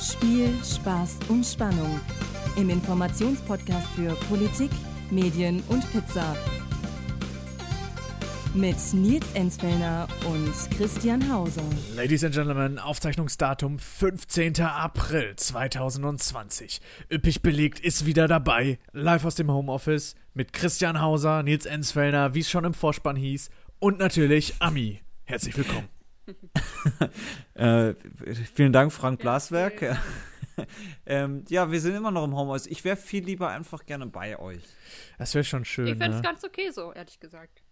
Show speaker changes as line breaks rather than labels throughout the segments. Spiel, Spaß und Spannung. Im Informationspodcast für Politik, Medien und Pizza. Mit Nils Enzfellner und Christian Hauser.
Ladies and Gentlemen, Aufzeichnungsdatum 15. April 2020. Üppig belegt ist wieder dabei. Live aus dem Homeoffice mit Christian Hauser, Nils Enzfellner, wie es schon im Vorspann hieß. Und natürlich Ami. Herzlich willkommen.
Äh, vielen Dank, Frank Glaswerk. ähm, ja, wir sind immer noch im Homeoffice. Ich wäre viel lieber einfach gerne bei euch.
Das wäre schon schön.
Ich finde es
ne?
ganz okay so, ehrlich gesagt.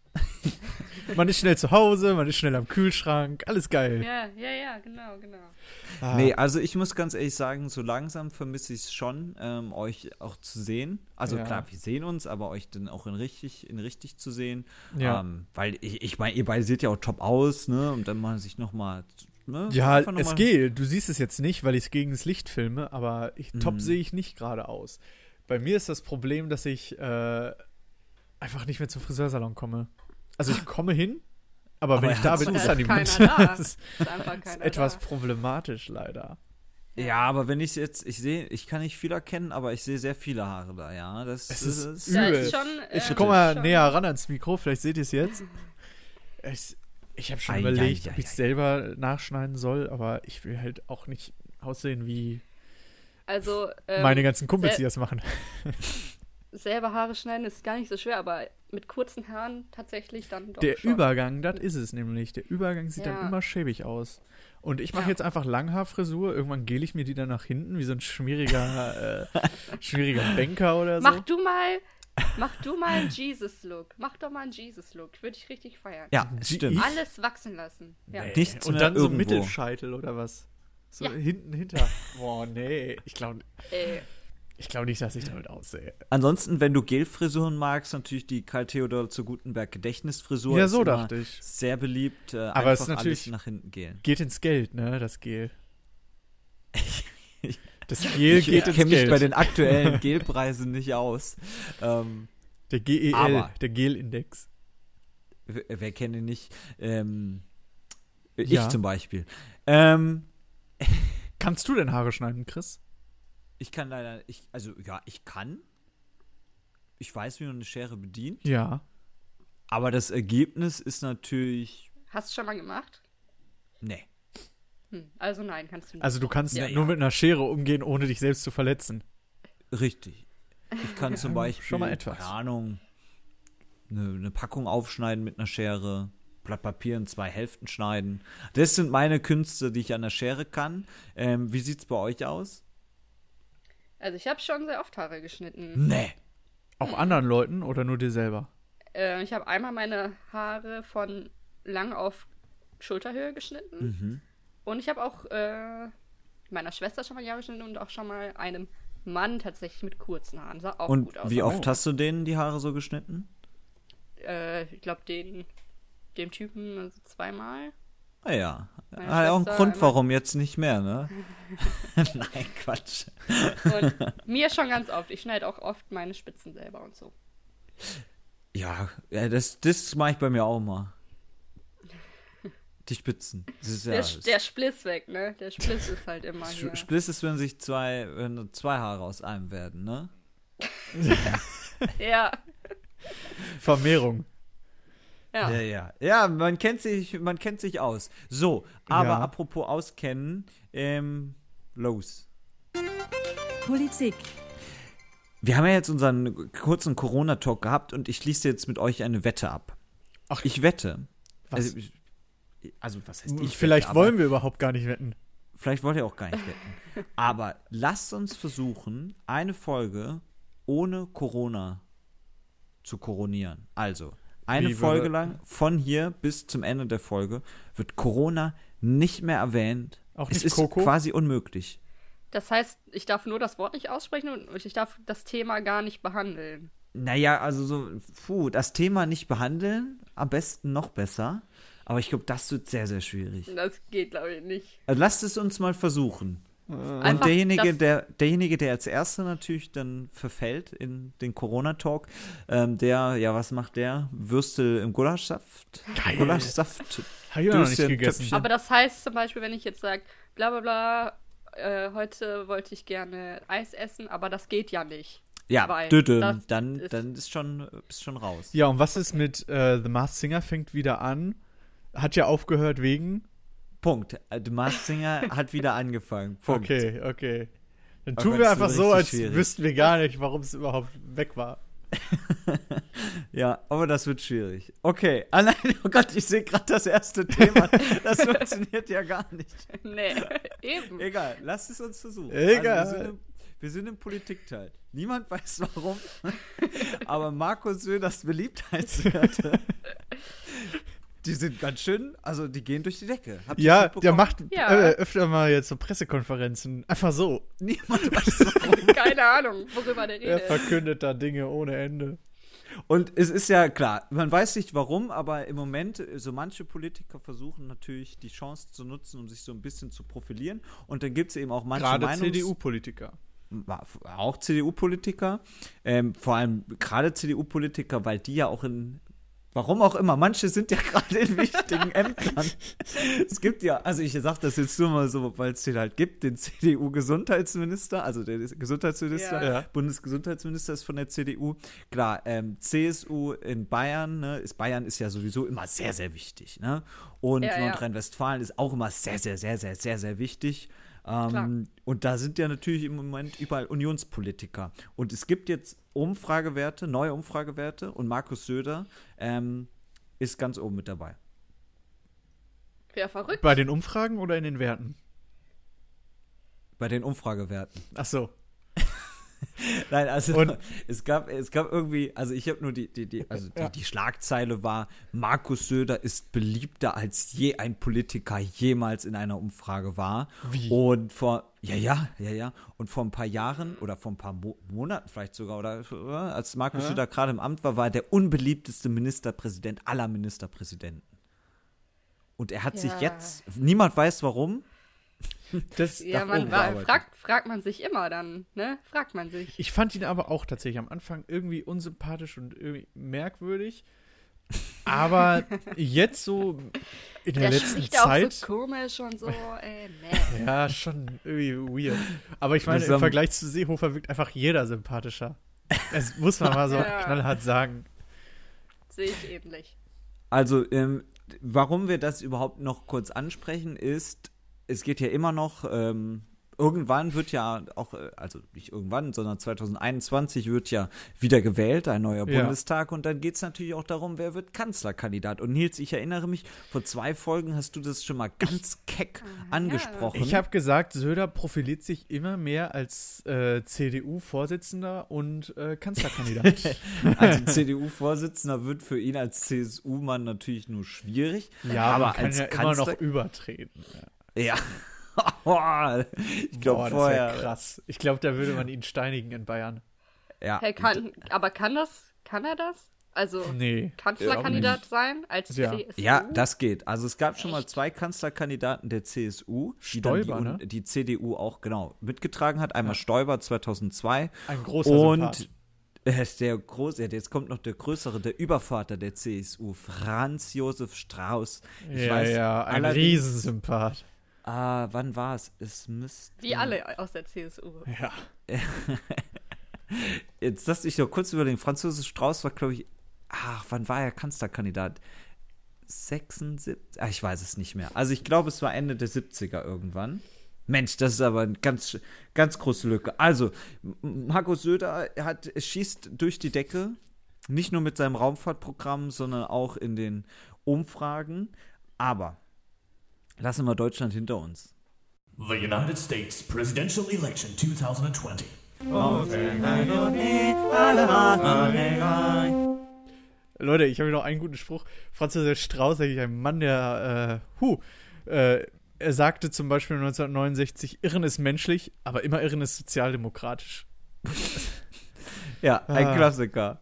Man ist schnell zu Hause, man ist schnell am Kühlschrank. Alles geil.
Ja, ja, ja, genau, genau.
Ah.
Nee, also ich muss ganz ehrlich sagen, so langsam vermisse ich es schon, ähm, euch auch zu sehen. Also
Ja.
klar, wir sehen uns, aber euch dann auch in richtig, in richtig zu sehen.
Ja.
Ähm, weil ich, ich meine, ihr beide seht ja auch top aus, ne? Und dann mal sich nochmal. Ne?
Ja,
Einfach noch
es
mal-
geht. Du siehst es jetzt nicht, weil ich es gegen das Licht filme, aber ich,
Mhm.
top sehe ich nicht gerade aus. Bei mir ist das Problem, dass ich äh, einfach nicht mehr zum Friseursalon komme. Also ich komme hin, aber, wenn
er
ich da
hat
bin,
zu.
ist
Da
dann
ist
niemand.
keiner da.
Das ist
Ist einfach keiner
etwas
da.
problematisch leider.
Ja, aber wenn ich es jetzt, ich sehe, ich kann nicht viel erkennen, aber ich sehe sehr viele Haare da, ja. Das
Es ist
ist-
Ja,
übel.
ist schon,
ich
äh,
komm mal
schon-
näher ran ans Mikro, vielleicht seht ihr es jetzt. Ich, ich habe schon
Ei,
überlegt,
ei,
ob
ei,
ich es selber nachschneiden soll, aber ich will halt auch nicht aussehen wie
Also, ähm,
meine ganzen Kumpels,
sel-
die das machen.
selber Haare schneiden ist gar nicht so schwer, aber mit kurzen Haaren tatsächlich dann doch
Der
schon.
Übergang, das ist es nämlich. Der Übergang sieht dann
Ja.
immer schäbig aus. Und ich mache
Ja.
jetzt einfach Langhaarfrisur. Irgendwann gele ich mir die dann nach hinten, wie so ein schmieriger, äh, schwieriger Banker oder so.
Mach du mal, mach du mal einen Jesus-Look. Mach doch mal einen Jesus-Look. Würde ich richtig feiern.
Ja,
Die-
stimmt.
Alles wachsen lassen. Ja.
Nee.
Äh, Nichts
Und
mehr
dann so
irgendwo.
Mittelscheitel oder was. So
Ja.
hinten hinter. Boah, nee. Ich glaube
Ey,
ich glaub nicht, dass ich damit aussehe.
Ansonsten, wenn du Gelfrisuren magst, natürlich die Karl Theodor zu Gutenberg Gedächtnisfrisur.
Ja,
ist
so
immer
dachte ich.
Sehr beliebt. Äh,
Aber es
einfach
ist natürlich-
alles nach hinten gehen.
Geht ins Geld, ne, das Gel. Das Gel geht
ich
ins
kenne mich
Geld.
bei den aktuellen Gelpreisen nicht aus. Ähm,
der GEL,
Aber-
der Gel-Index.
wer, wer kennt ihn nicht? Ähm, ich
Ja.
zum Beispiel. Ähm,
Kannst du denn Haare schneiden, Chris?
ich kann leider, ich, also ja, ich kann. Ich weiß, wie man eine Schere bedient.
Ja.
Aber das Ergebnis ist natürlich,
hast du schon mal gemacht?
nee.
Hm. Also nein, kannst du nicht.
Also du kannst
Ja,
nur
ja.
mit einer Schere umgehen, ohne dich selbst zu verletzen.
Richtig. Ich kann zum Beispiel,
schon mal etwas.
keine Ahnung, eine, eine Packung aufschneiden mit einer Schere, Blatt Papier in zwei Hälften schneiden. Das sind meine Künste, die ich an der Schere kann. Ähm, wie sieht's bei euch aus?
also ich habe schon sehr oft Haare geschnitten.
Nee.
Auch anderen Leuten oder nur dir selber?
Äh, ich habe einmal meine Haare von lang auf Schulterhöhe geschnitten.
Mhm.
Und ich habe auch äh, meiner Schwester schon mal die Haare geschnitten und auch schon mal einem Mann tatsächlich mit kurzen Haaren. Sah auch
Und
gut aus. Oh.
wie oft hast du denen die Haare so geschnitten?
Äh, ich glaube, den dem Typen also zweimal.
Ah ja.
Meine
Hat auch einen
Schwester
Grund,
einmal-
warum jetzt nicht mehr, ne? Nein, Quatsch.
Und mir schon ganz oft. Ich schneide auch oft meine Spitzen selber und so.
Ja, ja das, das mache ich bei mir auch mal. Die Spitzen. Das ist ja,
der,
das
Sch- der Spliss weg, ne? Der Spliss ist halt immer
Sch-
hier.
Spliss ist, wenn sich zwei, wenn zwei Haare aus einem werden, ne?
Ja,
Vermehrung.
ja.
Ja, ja. Ja, man kennt sich, man kennt sich aus. So, aber
Ja.
apropos auskennen, ähm, los.
Politik,
Wir haben ja jetzt unseren kurzen Corona-Talk gehabt und ich schließe jetzt mit euch eine Wette ab.
Ach.
ich wette.
Was?
Also, ich- also was heißt ich?
Vielleicht
wette, aber-
wollen wir überhaupt gar nicht wetten.
Vielleicht wollt ihr auch gar nicht wetten. aber lasst uns versuchen, eine Folge ohne Corona zu koronieren. Also, eine
Wie würde-
Folge lang, von hier bis zum Ende der Folge, wird Corona nicht mehr erwähnt.
Auch
es
nicht
ist
Coco?
quasi unmöglich.
Das heißt, ich darf nur das Wort nicht aussprechen und und ich darf das Thema gar nicht behandeln.
Naja, also so, puh, das Thema nicht behandeln, am besten noch besser. Aber ich glaube, das wird sehr, sehr schwierig.
Das geht, glaube ich, nicht.
Also lasst es uns mal versuchen. Und
Einfach
derjenige,
das-
der, derjenige, der als Erster natürlich dann verfällt in den Corona-Talk, ähm, der, ja, was macht der? Würstel im Gulaschsaft?
Geil.
Gulaschsaft.
Hab ich auch noch nicht
Döschen,
gegessen.
Töpfchen.
Aber das heißt zum Beispiel, wenn ich jetzt sage, bla bla bla, äh, heute wollte ich gerne Eis essen, aber das geht ja nicht.
Ja,
Weil
düdüm,
das
dann,
ist-
dann ist schon, bist schon raus.
Ja, und was ist mit äh, The Masked Singer fängt wieder an? Hat ja aufgehört wegen.
Punkt. Äh, The Masked Singer hat wieder angefangen. Punkt.
Okay, okay. Dann
Oh
tun
Gott,
wir
das
einfach
ist
so,
richtig
als
schwierig.
wüssten wir gar nicht, warum es überhaupt weg war.
Ja, aber das wird schwierig. Okay. Ah nein, oh Gott, ich sehe gerade das erste Thema. Das funktioniert ja gar nicht.
Nee, eben.
Egal, lass es uns versuchen. Also,
Egal.
wir, sind im, wir sind im Politikteil. Niemand weiß warum. aber Markus Söders Beliebtheitswerte, die sind ganz schön, also die gehen durch die Decke. Habt ihr
Ja,
das
der
mitbekommen?
macht
Ja.
Äh, öfter mal jetzt so Pressekonferenzen. Einfach so.
Niemand weiß warum.
Keine Ahnung, worüber der
Er
redet.
verkündet da Dinge ohne Ende.
Und es ist ja klar, man weiß nicht warum, aber im Moment, so manche Politiker versuchen natürlich die Chance zu nutzen, um sich so ein bisschen zu profilieren. Und dann gibt es eben auch manche
Gerade
Meinungs-
CDU-Politiker.
Ma- auch CDU-Politiker, ähm, vor allem gerade CDU-Politiker, weil die ja auch in, warum auch immer, manche sind ja gerade in wichtigen Ämtern. es gibt ja, also ich sage das jetzt nur mal so, weil es den halt gibt, den CDU-Gesundheitsminister, also der ist- Gesundheitsminister,
Ja. Ja.
Bundesgesundheitsminister ist von der CDU. Klar, ähm, CSU in Bayern, ne, ist, Bayern ist ja sowieso immer sehr, sehr wichtig. Ne? Und
Ja, ja.
Nordrhein-Westfalen ist auch immer sehr, sehr, sehr, sehr, sehr, sehr wichtig.
Klar.
Ähm, und da sind ja natürlich im Moment überall Unionspolitiker. Und es gibt jetzt Umfragewerte, neue Umfragewerte und Markus Söder ähm, ist ganz oben mit dabei.
Ja, verrückt.
Bei den Umfragen oder in den Werten?
Bei den Umfragewerten.
Ach so.
Nein, also
Und-
es gab es gab irgendwie, also ich habe nur die die die also die,
Ja.
die Schlagzeile war Markus Söder ist beliebter als je ein Politiker jemals in einer Umfrage war.
Wie?
Und vor ja ja ja ja und vor ein paar Jahren oder vor ein paar Mo Monaten vielleicht sogar oder äh, als Markus Söder gerade im Amt war, war er der unbeliebteste Ministerpräsident aller Ministerpräsidenten. Und er hat sich
Ja.
jetzt niemand weiß warum.
Das,
Ja,
nach
man
oben
war,
arbeiten.
fragt, fragt man sich immer dann, ne? Fragt man sich.
Ich fand ihn aber auch tatsächlich am Anfang irgendwie unsympathisch und irgendwie merkwürdig. Aber jetzt so in der,
Der
letzten
spricht auch
Zeit.
so komisch und so, ey, nee.
ja, schon irgendwie weird. Aber ich meine,
Das,
im
ähm,
Vergleich zu Seehofer wirkt einfach jeder sympathischer. Das muss man mal so
Ja.
knallhart sagen.
Sehe ich ähnlich.
Also, ähm, warum wir das überhaupt noch kurz ansprechen, ist, es geht ja immer noch, ähm, irgendwann wird ja auch, äh, also nicht irgendwann, sondern 2021 wird ja wieder gewählt, ein neuer
Ja.
Bundestag. Und dann geht es natürlich auch darum, wer wird Kanzlerkandidat. Und Nils, ich erinnere mich, vor zwei Folgen hast du das schon mal ganz keck angesprochen.
Ah, Ich habe gesagt, Söder profiliert sich immer mehr als äh, CDU-Vorsitzender und äh, Kanzlerkandidat.
Also CDU-Vorsitzender wird für ihn als CSU-Mann natürlich nur schwierig.
ja, aber man kann ja immer noch übertreten.
Ja. ich
Boah,
glaube
das wäre
vorher.
krass. Ich glaube, da würde man ihn steinigen in Bayern.
Ja.
Hey, kann, aber kann das, kann er das? Also,
Oh, Nee.
Kanzlerkandidat sein als
Ja.
CSU?
Ja, das geht. Also es gab schon mal zwei Kanzlerkandidaten der CSU, die dann
Stoiber,
die,
ne?
die CDU auch genau mitgetragen hat. Einmal Stoiber 2002
Ein großer
und
Sympath.
äh, der große, jetzt kommt noch der größere, der Übervater der CSU, Franz Josef Strauß. Ich
ja,
weiß,
ja, ein
allerdings-
Riesensympath.
Ah, wann war es? Es müsste
Wie alle aus der CSU.
Ja.
Jetzt lass ich doch kurz überlegen. Franz Josef Strauß war, glaube ich, ach, wann war er Kanzlerkandidat? 76? Ah, ich weiß es nicht mehr. Also ich glaube, es war Ende der 70er irgendwann. Mensch, das ist aber eine ganz, sch- ganz große Lücke. Also, M- Markus Söder hat, schießt durch die Decke, nicht nur mit seinem Raumfahrtprogramm, sondern auch in den Umfragen. Aber lassen wir Deutschland hinter uns.
The United States presidential election 2020.
Leute, ich habe noch einen guten Spruch. Franz Josef Strauß, eigentlich ein Mann, der, äh, hu, äh, er sagte zum Beispiel 1969, Irren ist menschlich, aber immer Irren ist sozialdemokratisch.
Ja, ein
Ah.
Klassiker.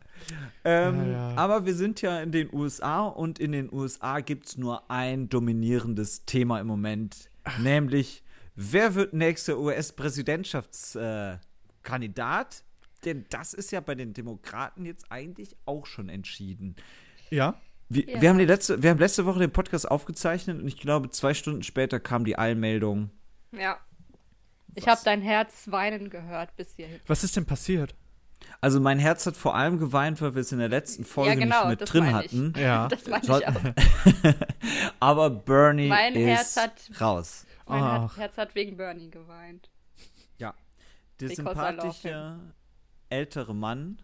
Ja,
Ähm,
ja.
Aber wir sind ja in den USA und in den USA gibt es nur ein dominierendes Thema im Moment,
Ah.
nämlich wer wird nächster US-Präsidentschaftskandidat? Äh, Kandidat? Denn das ist ja bei den Demokraten jetzt eigentlich auch schon entschieden.
Ja?
Wir,
Ja.
wir, haben die letzte, wir haben letzte Woche den Podcast aufgezeichnet und ich glaube, zwei Stunden später kam die Allmeldung,
Ja. Ich habe dein Herz weinen gehört bis hierhin.
Was ist denn passiert?
Also mein Herz hat vor allem geweint, weil wir es in der letzten Folge
genau,
nicht mit
das
drin
meine ich.
hatten.
Ja.
Das meine ich
Soll-
auch.
Aber Bernie
Mein
ist
Herz hat-
raus.
Mein
Ach.
Herz hat wegen Bernie geweint.
Ja. Der
Because I love
sympathische ältere Mann.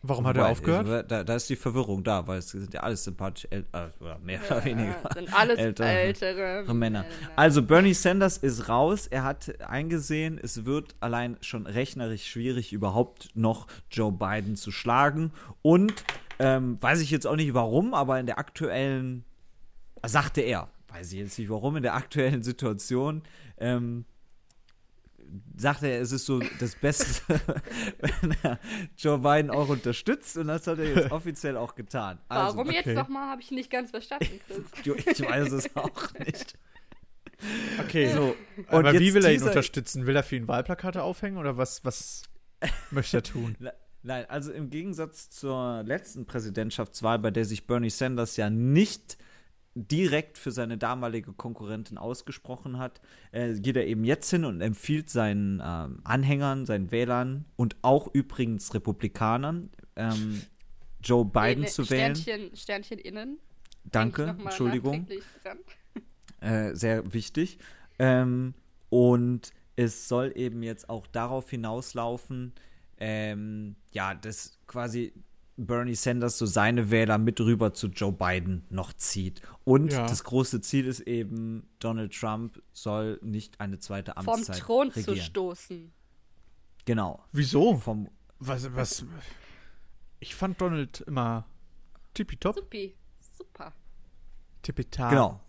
Warum hat er
Wobei,
aufgehört?
äh, Da, da ist die Verwirrung da, weil es sind ja alles sympathisch äl- äh, oder mehr oder weniger.
Ja, sind alles
ältere-
ältere, ältere
Männer. Also Bernie Sanders ist raus. Er hat eingesehen, es wird allein schon rechnerisch schwierig, überhaupt noch Joe Biden zu schlagen. Und ähm, weiß ich jetzt auch nicht warum, aber in der aktuellen, sagte er, weiß ich jetzt nicht warum, in der aktuellen Situation, ähm, sagte er, es ist so das Beste, wenn er Joe Biden auch unterstützt. Und das hat er jetzt offiziell auch getan. Also,
Warum
okay.
jetzt nochmal, habe ich nicht ganz verstanden, Chris.
du, ich weiß es auch nicht.
Okay.
So,
Aber
jetzt
wie will er ihn
dieser-
unterstützen? Will er für ihn Wahlplakate aufhängen oder was, was möchte er tun?
Ne- Nein, also im Gegensatz zur letzten Präsidentschaftswahl, bei der sich Bernie Sanders ja nicht direkt für seine damalige Konkurrentin ausgesprochen hat, äh, geht er eben jetzt hin und empfiehlt seinen ähm, Anhängern, seinen Wählern und auch übrigens Republikanern, ähm, Joe Biden
Nee,
zu wählen.
Sternchen, Sternchen innen. Denk
Danke,
ich noch mal
Entschuldigung
nachträglich dran.
äh, sehr wichtig. Ähm, und es soll eben jetzt auch darauf hinauslaufen, ähm, ja, dass quasi Bernie Sanders so seine Wähler mit rüber zu Joe Biden noch zieht. Und
Ja.
das große Ziel ist eben, Donald Trump soll nicht eine zweite
Vom
Amtszeit
Thron zu
halt regieren.
stoßen.
Genau.
Wieso?
Vom
Was, was? Ich fand Donald immer tippitopp,
Supi. Super.
tippita.
Genau.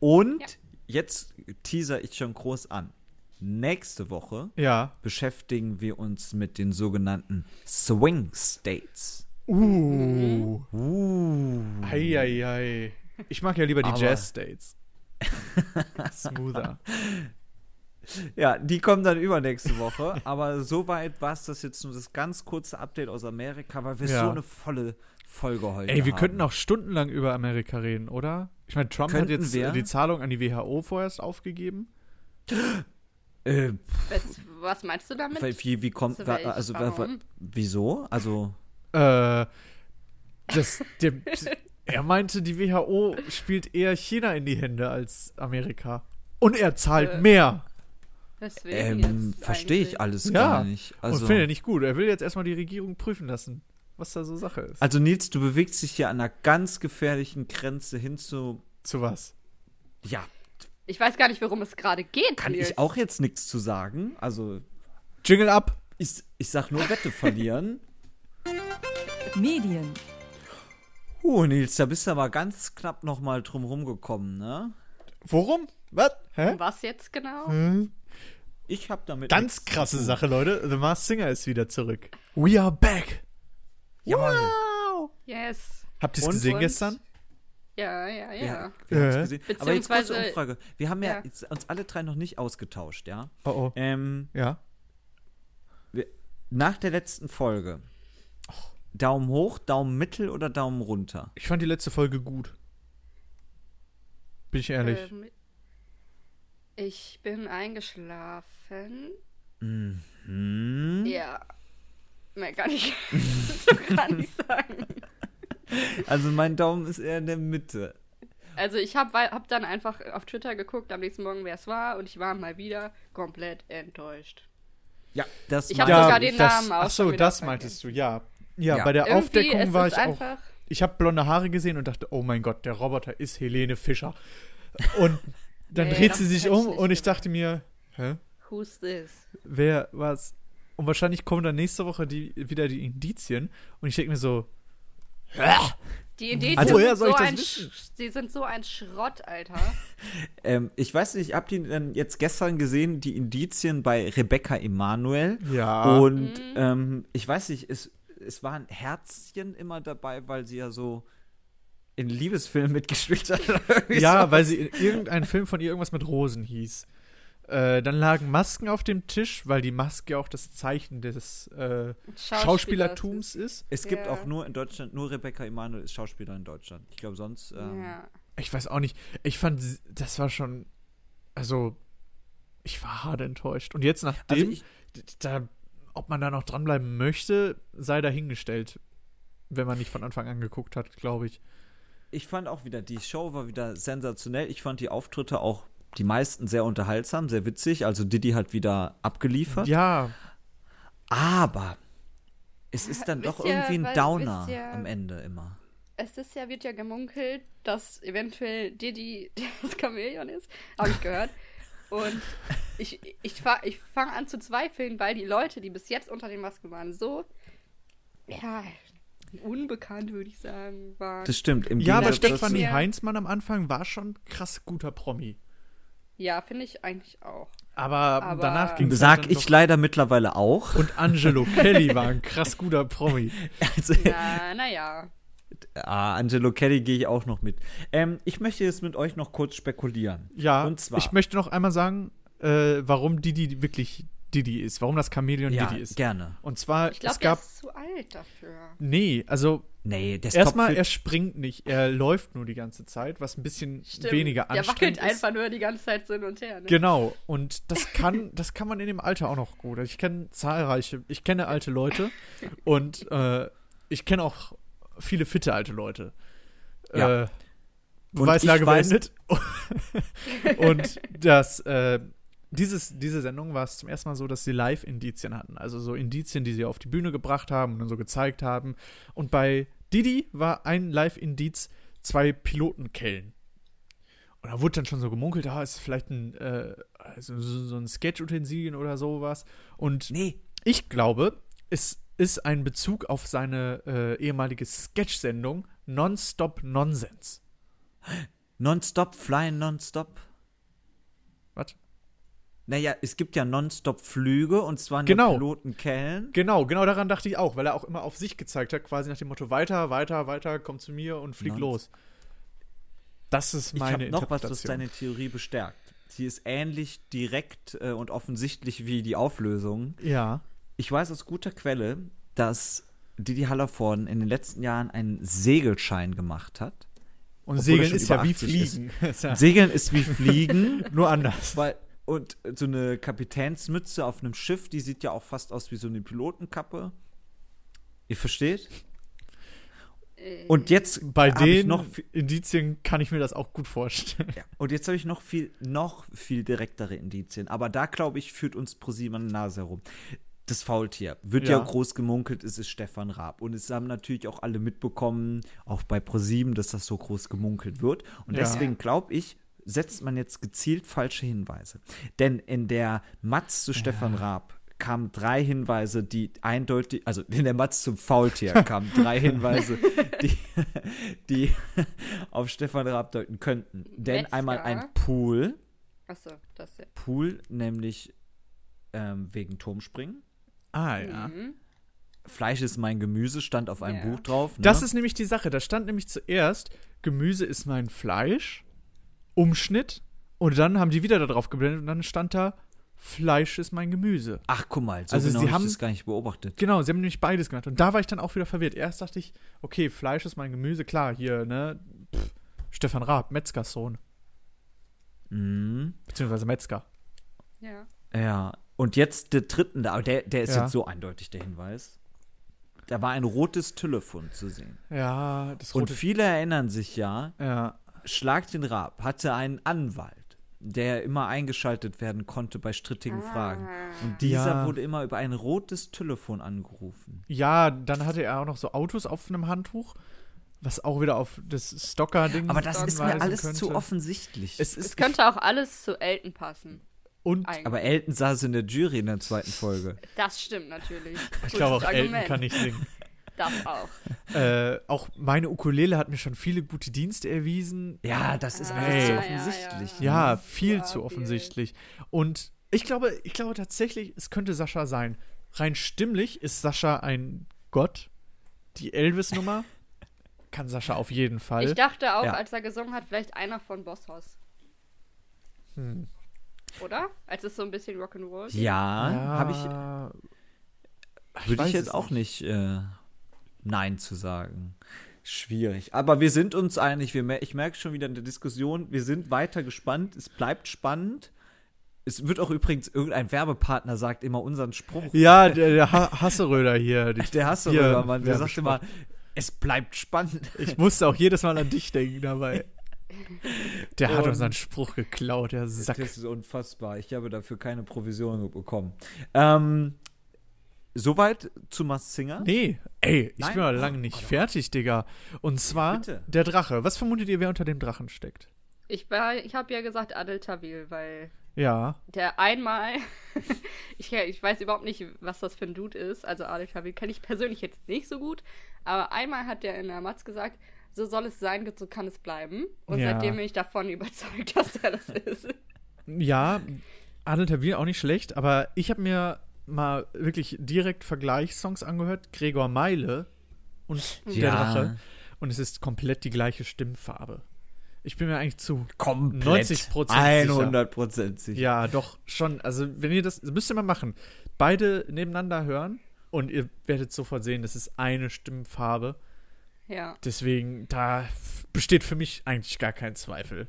Und
Ja.
jetzt teaser ich schon groß an. Nächste Woche
Ja.
beschäftigen wir uns mit den sogenannten Swing States.
Uh. Hm. Eieiei. Ich mag ja lieber die
Aber-
Jazz States. Smoother.
Ja, die kommen dann übernächste Woche. aber soweit war es das jetzt nur das ganz kurze Update aus Amerika, weil wir
Ja.
so eine volle Folge heute
Ey, wir
haben.
könnten auch stundenlang über Amerika reden, oder? Ich meine, Trump
Könnten
hat jetzt äh,
wir?
die Zahlung an die WHO vorerst aufgegeben.
Äh,
Was, was meinst du damit?
weil wie, wie kommt.
Zu
wa-
welch-
Also, wa- wa-
warum?
wieso? Also.
Äh, das, der, er meinte, die WHO spielt eher China in die Hände als Amerika. Und er zahlt
Äh,
mehr.
Deswegen
Ähm,
jetzt
verstehe ich
eigentlich.
alles
Ja.
gar nicht. Also,
Und findet er nicht gut. Er will jetzt erstmal die Regierung prüfen lassen, was da so Sache ist.
also, Nils, du bewegst dich hier an einer ganz gefährlichen Grenze hin zu.
Zu was?
Ja,
Ich weiß gar nicht, worum es gerade geht.
kann
Nils.
ich auch jetzt nichts zu sagen. Also,
Jingle ab!
ich, ich sag nur Wette verlieren.
Medien,
Puh, Nils, da bist du aber ganz knapp noch mal drum rumgekommen, ne?
Worum? Was? Hä?
Was jetzt genau?
Hm? Ich hab damit
Ganz
nichts
krasse
zu tun.
Sache, Leute. The Mars Singer ist wieder zurück. We are back!
Jawohl.
Wow!
Yes.
Habt ihr es
Und-
gesehen
und-
gestern?
Ja, ja, ja.
Ja, wir haben's
Äh.
gesehen. Aber jetzt kurze
Beziehungsweise-
Umfrage. Wir haben ja,
Ja.
Jetzt uns alle drei noch nicht ausgetauscht, ja?
Oh oh.
Ähm,
Ja.
wir, nach der letzten Folge. Daumen hoch, Daumen mittel oder Daumen runter?
Ich fand die letzte Folge gut. Bin ich ehrlich.
Ähm, ich bin eingeschlafen.
Mhm.
Hm?
Ja. Mehr kann ich so gar nicht sagen.
Also mein Daumen ist eher in der Mitte.
Also ich habe hab dann einfach auf Twitter geguckt am nächsten Morgen, wer es war und ich war mal wieder komplett enttäuscht.
Ja, das
Ich hab
meine
also sogar den Namen auch
ach so,
schon wieder
das
vergessen.
meintest du, ja. ja.
Ja.
bei der
Irgendwie ist
Aufdeckung war
es
ich auch.
einfach-
Ich habe blonde Haare gesehen und dachte, oh mein Gott, der Roboter ist Helene Fischer. Und dann
Nee,
dreht
das
sie sich
hätte ich
um
nicht genau.
und ich
gemacht.
dachte mir, hä?
Who's this?
Wer was? Und wahrscheinlich kommen dann nächste Woche die, wieder die Indizien und ich denke mir so,
Die Idee
Also, woher soll
so
ich das
ein
wissen?
Sch- die sind so ein Schrott, Alter.
Ähm, ich weiß nicht, ich hab die dann jetzt gestern gesehen, die Indizien bei Rebecca Emanuel.
Ja.
Und ähm, ich weiß nicht, es, es waren Herzchen immer dabei, weil sie ja so in Liebesfilmen mitgespielt hat. oder irgendwie
ja,
so.
weil sie in irgendein Film von ihr irgendwas mit Rosen hieß. Äh, dann lagen Masken auf dem Tisch, weil die Maske auch das Zeichen des äh,
Schauspielers
Schauspielertums ist.
Es gibt
Ja.
auch nur in Deutschland, nur Rebecca Emanuel ist Schauspieler in Deutschland. Ich glaube, sonst. Ähm,
Ja.
Ich weiß auch nicht. Ich fand, das war schon. Also, ich war hart enttäuscht. Und jetzt nachdem,
Also ich-
d- da, ob man da noch dranbleiben möchte, sei dahingestellt. Wenn man nicht von Anfang an geguckt hat, glaube ich.
Ich fand auch wieder, die Show war wieder sensationell. Ich fand die Auftritte auch die meisten sehr unterhaltsam, sehr witzig. Also Diddy hat wieder abgeliefert.
Ja,
Aber es ist dann doch
wisst ihr,
irgendwie ein
weil-
Downer
wisst ihr-
am Ende immer.
Es ist ja, wird ja gemunkelt, dass eventuell Diddy das Chamäleon ist. Habe ich gehört. Und ich, ich, fa- ich fange an zu zweifeln, weil die Leute, die bis jetzt unter den Masken waren, so ja, unbekannt, würde ich sagen, waren.
Das stimmt. Im
ja aber
Gegensatz
Stefan-
Stefanie
Ja.
Heinzmann am Anfang war schon krass guter Promi.
ja, finde ich eigentlich auch.
Aber,
Aber-
danach ging
dazu-
es
sag ich leider mittlerweile auch.
Und Angelo Kelly war ein krass guter Promi.
Also,
Na, naja.
ah, Angelo Kelly gehe ich auch noch mit. Ähm, ich möchte jetzt mit euch noch kurz spekulieren.
Ja,
Und zwar.
ich möchte noch einmal sagen, äh, warum Didi wirklich Didi ist, warum das Chamäleon
ja,
Didi ist.
gerne.
Und zwar,
Ich glaube,
es
der
gab.
ist zu alt dafür.
Nee, also
Nee, das
erstmal,
Topfit-
er springt nicht, er läuft nur die ganze Zeit, was ein bisschen
Stimmt.
weniger
Der
anstrengend
wackelt
ist.
einfach nur die ganze Zeit so hin und her. Ne?
Genau, und das kann, das kann man in dem Alter auch noch gut. Also Ich kenne zahlreiche, ich kenne alte Leute und äh, ich kenne auch viele fitte alte Leute. Äh,
Ja. Und
Beweislage
ich weiß-
beendet. und das, äh, dieses, diese Sendung war es zum ersten Mal so, dass sie Live-Indizien hatten. Also so Indizien, die sie auf die Bühne gebracht haben und dann so gezeigt haben. Und bei Didi war ein Live-Indiz zwei Pilotenkellen. Und da wurde dann schon so gemunkelt, da ah, ist vielleicht ein, äh, also so, so ein Sketch-Utensilien oder sowas. Und
Nee,
ich glaube, es ist ein Bezug auf seine äh, ehemalige Sketch-Sendung Nonstop Nonsense.
nonstop, flying nonstop.
Was?
Naja, es gibt ja nonstop Flüge und zwar in
Genau.
der Pilotenkellen.
Genau, genau daran dachte ich auch, weil er auch immer auf sich gezeigt hat, quasi nach dem Motto weiter, weiter, weiter, komm zu mir und flieg
Nonst-
los. Das ist
Ich
meine
habe noch was, was
Interpretation.
deine Theorie bestärkt. Sie ist ähnlich direkt äh, und offensichtlich wie die Auflösung.
ja,
Ich weiß aus guter Quelle, dass Didi Hallervorden in den letzten Jahren einen Segelschein gemacht hat.
und
Obwohl er
Segeln
schon
ist
über
ja wie
80 ist.
Fliegen. Ist ja
Segeln ist wie Fliegen,
nur anders.
weil und äh, so eine Kapitänsmütze auf einem Schiff, die sieht ja auch fast aus wie so eine Pilotenkappe. Ihr versteht? Und jetzt
Bei
hab ich
den
noch
Indizien kann ich mir das auch gut vorstellen.
Ja. Und jetzt habe ich noch viel, noch viel direktere Indizien. Aber da, glaube ich, führt uns ProSieben an der Nase herum. Das Faultier wird ja.
Ja.
groß gemunkelt, es ist Stefan Raab. Und es haben natürlich auch alle mitbekommen, auch bei ProSieben, dass das so groß gemunkelt wird. Und
Ja.
deswegen glaube ich, setzt man jetzt gezielt falsche Hinweise. Denn in der Matz zu Stefan Raab kamen drei Hinweise, die eindeutig, also in der Matz zum Faultier kamen drei Hinweise, die, die auf Stefan Raab deuten könnten. Denn
Metzger.
einmal ein Pool,
Achso, das ja.
Pool nämlich ähm, wegen Turmspringen.
Ah, ja.
Fleisch ist mein Gemüse, stand auf einem
Ja.
Buch drauf. Ne?
Das ist nämlich die Sache. Da stand nämlich zuerst, Gemüse ist mein Fleisch, Umschnitt, und dann haben die wieder da drauf geblendet und dann stand da, Fleisch ist mein Gemüse.
Ach, guck mal, so
Also
genau
sie
habe
haben-
ich das gar nicht beobachtet.
Genau, sie haben nämlich beides gemacht. Und da war ich dann auch wieder verwirrt. Erst dachte ich, okay, Fleisch ist mein Gemüse, klar, hier, ne? Pff, Stefan Raab, Metzgers Sohn. Mhm. Beziehungsweise Metzger.
ja.
Ja. Und jetzt der dritten, da, aber der, der ist
Ja.
jetzt so eindeutig, der Hinweis. Da war ein rotes Telefon zu sehen.
Ja, das
Und viele erinnern sich ja,
ja.
Schlag den Raab hatte einen Anwalt, der immer eingeschaltet werden konnte bei strittigen Fragen. Und dieser
Ja.
wurde immer über ein rotes Telefon angerufen.
ja, dann hatte er auch noch so Autos auf einem Handtuch, was auch wieder auf das Stocker-Ding
Aber das ist mir
hinweisen
alles zu
könnte.
offensichtlich.
Es
Es
ist
könnte auch alles zu Elton passen.
und
Eigentlich.
aber Elton saß in der Jury in der zweiten Folge.
Das stimmt natürlich.
ich glaube auch Elton kann nicht singen.
Das auch.
äh, auch meine Ukulele hat mir schon viele gute Dienste erwiesen.
Ja, das ist alles
Ey.
zu
Ja,
offensichtlich. ne?
Ja, viel
Ja,
zu
viel.
offensichtlich. Und ich glaube, ich glaube tatsächlich, es könnte Sascha sein. Rein stimmlich ist Sascha ein Gott. Die Elvis-Nummer kann Sascha auf jeden Fall.
Ich dachte auch,
Ja.
als er gesungen hat, vielleicht einer von Bosshaus.
Hm.
Oder? Als es so ein bisschen Rock'n'Roll ging.
Ja, habe ich,
Ja,
würde
weiß
ich jetzt
es
auch nicht äh, Nein zu sagen. Schwierig. Aber wir sind uns einig. Wir mer ich merke schon wieder in der Diskussion, wir sind weiter gespannt. Es bleibt spannend. Es wird auch übrigens, irgendein Werbepartner sagt immer unseren Spruch.
Ja, der, der ha Hasseröder hier. Die,
Der hast du
hier,
rüber, Mann. Der sagt
Werbespot.
immer, es bleibt spannend.
Ich musste auch jedes Mal an dich denken dabei. Der hat
Und-
unseren Spruch geklaut, der Sack.
Das ist unfassbar. Ich habe dafür keine Provision bekommen. Ähm, soweit zu Mars Singer.
Nee, ey, ich
Nein. oh,
bin mal lange nicht fertig, Digga. Und zwar
Bitte.
der Drache. Was vermutet ihr, wer unter dem Drachen steckt?
Ich, war- ich habe ja gesagt Adel Tawil, weil
Ja,
der einmal. ich, ich weiß überhaupt nicht, was das für ein Dude ist. Also Adel Tawil kenne ich persönlich jetzt nicht so gut. Aber einmal hat der in der Matz gesagt, so soll es sein, so kann es bleiben. Und
Ja.
seitdem bin ich davon überzeugt, dass er das ist.
ja, Adel Tawil auch nicht schlecht, aber ich habe mir mal wirklich direkt Vergleichssongs angehört. Gregor Meile und der
Ja.
Drache. Und es ist komplett die gleiche Stimmfarbe. Ich bin mir eigentlich zu
Komplett.
90%
100% sicher. sicher.
Ja, doch, schon. Also, wenn ihr das, das müsst ihr mal machen. Beide nebeneinander hören und ihr werdet sofort sehen, das ist eine Stimmfarbe.
Ja.
Deswegen, da f- besteht für mich eigentlich gar kein Zweifel.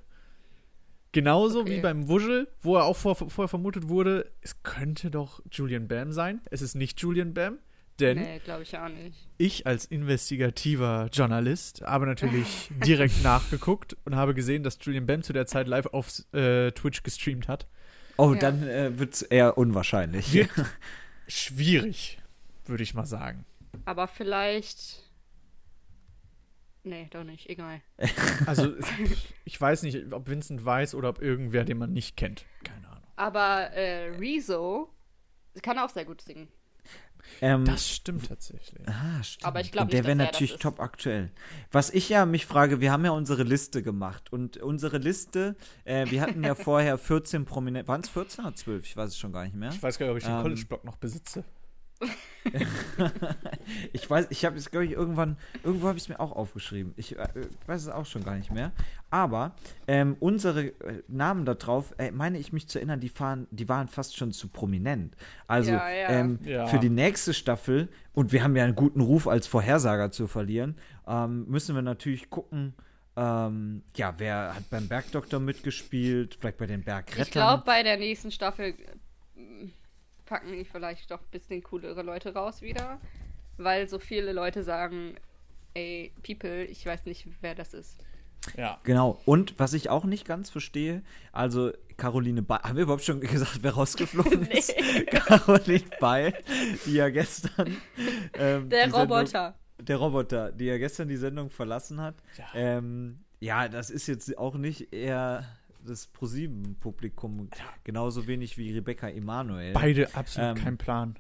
Genauso wie
Okay.
beim Wuschel, wo er auch vor, vorher vermutet wurde, es könnte doch Julian Bam sein. Es ist nicht Julian Bam, denn
Nee, glaube ich auch nicht.
ich als investigativer Journalist habe natürlich direkt nachgeguckt und habe gesehen, dass Julian Bam zu der Zeit live auf äh, Twitch gestreamt hat.
Oh,
Ja.
dann äh, wird es eher unwahrscheinlich.
Wird schwierig, würde ich mal sagen.
Aber vielleicht. Nee, doch nicht. Egal.
Also, ich weiß nicht, ob Vincent weiß oder ob irgendwer, den man nicht kennt. Keine Ahnung.
Aber äh, Rezo kann auch sehr gut singen.
Ähm,
Das stimmt tatsächlich.
Ah, stimmt.
Aber ich glaub
Und der
nicht,
wäre
dass er
natürlich
das ist.
top aktuell. Was ich ja mich frage, wir haben ja unsere Liste gemacht und unsere Liste, äh, wir hatten ja vorher 14 prominente, waren es 14 oder 12? Ich weiß es schon gar nicht mehr.
Ich weiß gar nicht, ob ich den
Ähm,
College-Block noch besitze.
Ich weiß, ich habe es, glaube ich, irgendwann, irgendwo habe ich es mir auch aufgeschrieben. Ich äh, weiß es auch schon gar nicht mehr. Aber ähm, unsere äh, Namen da drauf, äh, meine ich mich zu erinnern, die, fahren, die waren fast schon zu prominent. Also
Ja, ja.
Ähm,
Ja.
für die nächste Staffel, und wir haben ja einen guten Ruf als Vorhersager zu verlieren, ähm, müssen wir natürlich gucken, ähm, ja, wer hat beim Bergdoktor mitgespielt, vielleicht bei den Bergrettern.
Ich glaube, bei der nächsten Staffel äh, packen die vielleicht doch ein bisschen coolere Leute raus wieder. Weil so viele Leute sagen, ey, People, ich weiß nicht, wer das ist.
Ja.
Genau. Und was ich auch nicht ganz verstehe, also Caroline Beil, haben wir überhaupt schon gesagt, wer rausgeflogen ist? Caroline Beil, die ja gestern. ähm,
Der
die
Roboter.
Sendung, der Roboter, die ja gestern die Sendung verlassen hat.
Ja.
Ja, ähm, ja das ist jetzt auch nicht eher das ProSieben-Publikum, genauso wenig wie Rebecca Emanuel.
Beide absolut
Ähm,
kein Plan.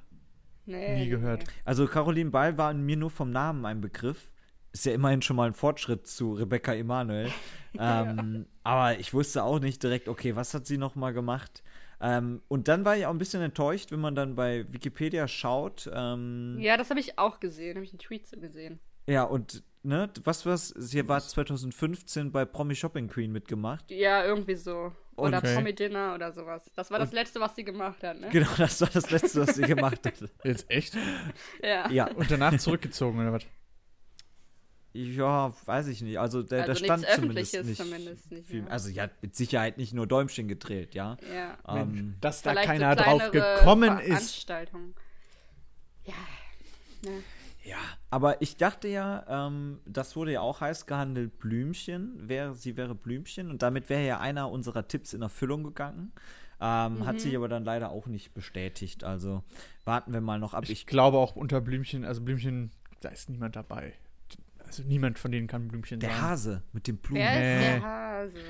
Nee,
Nie
nee,
gehört.
nee.
Also Caroline Ball war mir nur vom Namen ein Begriff. Ist ja immerhin schon mal ein Fortschritt zu Rebecca Emanuel. ähm, aber ich wusste auch nicht direkt, okay, was hat sie noch mal gemacht? Ähm, und dann war ich auch ein bisschen enttäuscht, wenn man dann bei Wikipedia schaut. Ähm,
Ja, das habe ich auch gesehen. Habe ich einen Tweet zu gesehen.
ja, und ne, was war's? Sie war 2015 bei Promi Shopping Queen mitgemacht.
Ja, irgendwie so. Oder
Okay.
Promi Dinner oder sowas. Das war das Letzte, was sie gemacht hat, ne?
Genau, das war das Letzte, was sie gemacht hat.
Jetzt echt?
Ja.
Ja,
Und danach zurückgezogen oder was?
ja, weiß ich nicht. Also, der,
Also nichts
da stand zumindest
Öffentliches
nicht,
zumindest nicht,
viel.
ja.
Also, ja, mit Sicherheit nicht nur Däumchen gedreht, ja.
ja.
Ähm,
Dass da
Vielleicht so
keiner drauf
kleinere
gekommen ist.
Veranstaltungen. Ja. Ne.
Ja, aber ich dachte ja, ähm, das wurde ja auch heiß gehandelt, Blümchen, wäre, sie wäre Blümchen und damit wäre ja einer unserer Tipps in Erfüllung gegangen. Ähm, Hat sich aber dann leider auch nicht bestätigt. Also warten wir mal noch ab. Ich,
Ich glaube auch unter Blümchen, also Blümchen, da ist niemand dabei. Also niemand von denen kann Blümchen
der
sein.
Hase mit dem Blumen.
Wer
Nee.
ist der Hase?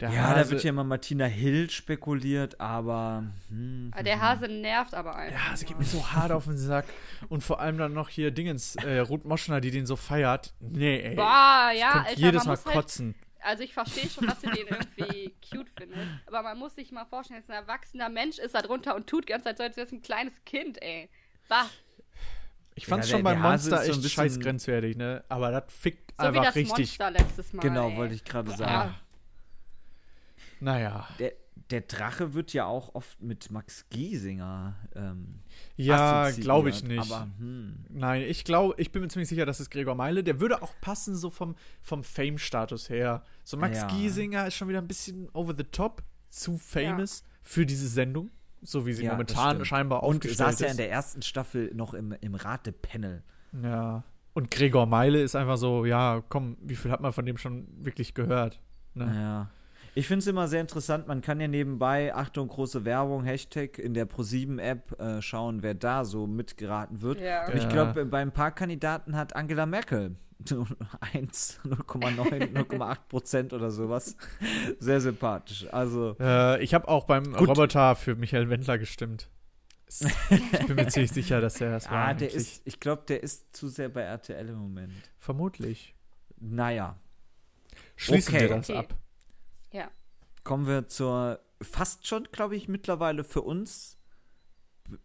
Der
ja,
Hase,
da wird ja immer Martina Hill spekuliert, aber hm,
Ah,
Mhm.
Der Hase nervt aber einfach.
Ja, sie geht Also mir so hart auf den Sack. Und vor allem dann noch hier Dingens, äh, Ruth Moschner, die den so feiert. Nee, ey.
Boah,
ich
ja,
könnte
Alter,
jedes
man
Mal
muss halt,
kotzen.
Also ich verstehe schon, dass ihr den irgendwie cute findet, aber man muss sich mal vorstellen, dass ein erwachsener Mensch ist da drunter und tut die ganze Zeit so, als wäre es ein kleines Kind, ey. Bah,
ich fand's
Ja,
schon
der-
beim
der Hase
Monster
ist so ein
echt
bisschen-
scheiß grenzwertig, ne? Aber das fickt
so wie
einfach
das
richtig.
Monster letztes Mal.
genau,
ey.
wollte ich gerade sagen.
Ja.
Naja.
Der, der Drache wird ja auch oft mit Max Giesinger ähm,
Ja,
assoziiert,
glaube ich nicht.
Aber hm.
Nein, ich glaube, ich bin mir ziemlich sicher, das ist Gregor Meile. Der würde auch passen, so vom, vom Fame-Status her. So Max
Ja.
Giesinger ist schon wieder ein bisschen over the top, zu famous. für diese Sendung, so wie sie
Ja, das
momentan
stimmt.
scheinbar
Und
aufgestellt
saß ja in
ist.
der ersten Staffel noch im, im Ratepanel.
ja. Und Gregor Meile ist einfach so, ja, komm, wie viel hat man von dem schon wirklich gehört? Ne?
Ja. Ich finde es immer sehr interessant. Man kann ja nebenbei, Achtung, große Werbung, Hashtag in der ProSieben-App äh, schauen, wer da so mitgeraten wird.
Ja.
Und ich
Ja.
glaube, bei ein paar Kandidaten hat Angela Merkel 1, 0,9, 0,8 Prozent oder sowas. Sehr sympathisch. Also,
Äh, ich habe auch beim Roboter für Michael Wendler gestimmt. ich bin mir ziemlich sicher, dass er das war.
ah, der
eigentlich.
ist, ich glaube, der ist zu sehr bei RTL im Moment.
Vermutlich.
Naja,
Schließen
Okay.
wir das
Okay.
ab.
Ja.
kommen wir zur fast schon, glaube ich, mittlerweile für uns. b-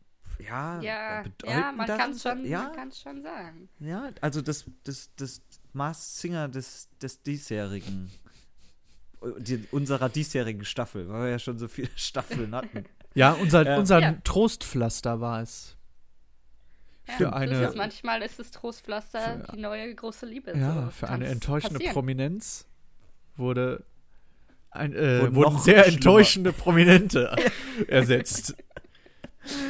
Ja,
Äh,
äh,
Ja, ja
bedeutenderen
man kann es schon,
ja,
man kann's schon sagen.
Ja, also das, das, das Mars Singer des, des diesjährigen, die, unserer diesjährigen Staffel, weil wir ja schon so viele Staffeln hatten.
Ja, unser,
Ja.
unser
Ja.
Trostpflaster war es. Für
ja, so
eine,
ist es. Manchmal ist das Trostpflaster die neue große Liebe.
ja, für
so. Also Kann's
eine enttäuschende
passieren.
Prominenz wurde ein, äh,
Wurde
wurden
noch
sehr
schlimmer.
enttäuschende Prominente ersetzt.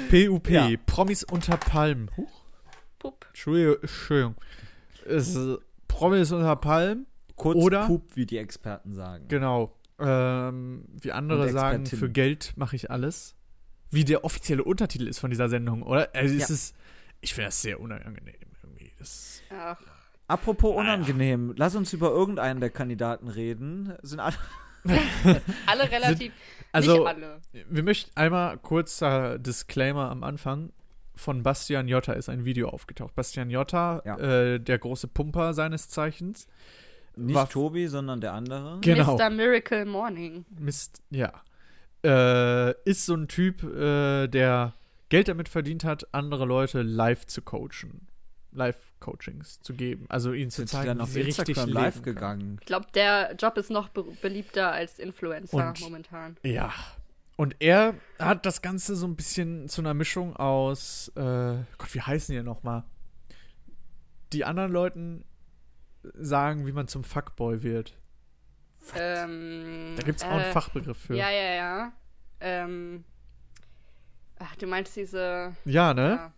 PUP,
Ja.
Promis unter Palmen. Huch,
Pup.
Entschuldigung. Entschuldigung. Es, ist Promis unter Palmen,
Kurz
Oder-
Pup, wie die Experten sagen.
genau. Ähm, wie andere
Und
sagen,
Expertinnen.
für Geld mache ich alles. Wie der offizielle Untertitel ist von dieser Sendung, oder? Also es
Ja.
ist, ich finde das sehr unangenehm irgendwie. Das
Ach,
Apropos unangenehm, lass uns über irgendeinen der Kandidaten reden. Sind alle,
alle relativ.
also-
nicht alle.
Wir möchten einmal kurzer Disclaimer am Anfang. Von Bastian Jotta ist ein Video aufgetaucht. Bastian Jotta,
Ja.
äh, der große Pumper seines Zeichens.
nicht
war-
Tobi, sondern der andere.
Genau.
Mr. Miracle Morning.
Mist, ja. Äh, ist so ein Typ, äh, der Geld damit verdient hat, andere Leute live zu coachen. Live-Coachings zu geben. Also ihnen zu
Sind
zeigen,
dann
wie
auf
sie richtig
Instagram
leben
live
können.
gegangen.
Ich glaube, der Job ist noch be beliebter als Influencer
Und-
momentan.
Ja. Und er hat das Ganze so ein bisschen zu einer Mischung aus, äh, Gott, wie heißen die nochmal? Die anderen Leuten sagen, wie man zum Fuckboy wird.
Ähm,
Da gibt es auch einen
äh,
Fachbegriff für.
Ja,
Ja,
ja, ja. Ähm, ach, du meinst diese.
ne?
Ja.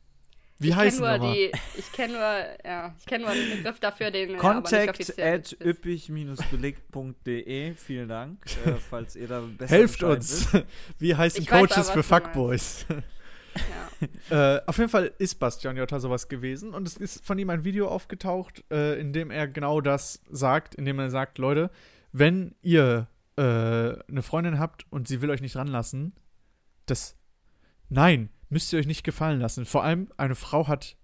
Wie
Ich
heißen
kenne
die?
nur
nochmal?
die. Ich kenne nur, ja, ich kenne nur den Begriff dafür, den er aber nicht
Contact
offiziell
at
ist.
üppig-belegt.de. Vielen Dank, äh, falls ihr da besser
Helft
Bescheid
uns! Wie heißen
Ich weiß
Coaches
aber,
für
was du meinst.
Fuckboys?
Ja.
Äh, auf jeden Fall ist Bastian Jotta sowas gewesen und es ist von ihm ein Video aufgetaucht, äh, in dem er genau das sagt, in dem er sagt, Leute, wenn ihr äh, eine Freundin habt und sie will euch nicht ranlassen, das nein, müsst ihr euch nicht gefallen lassen. Vor allem eine Frau hat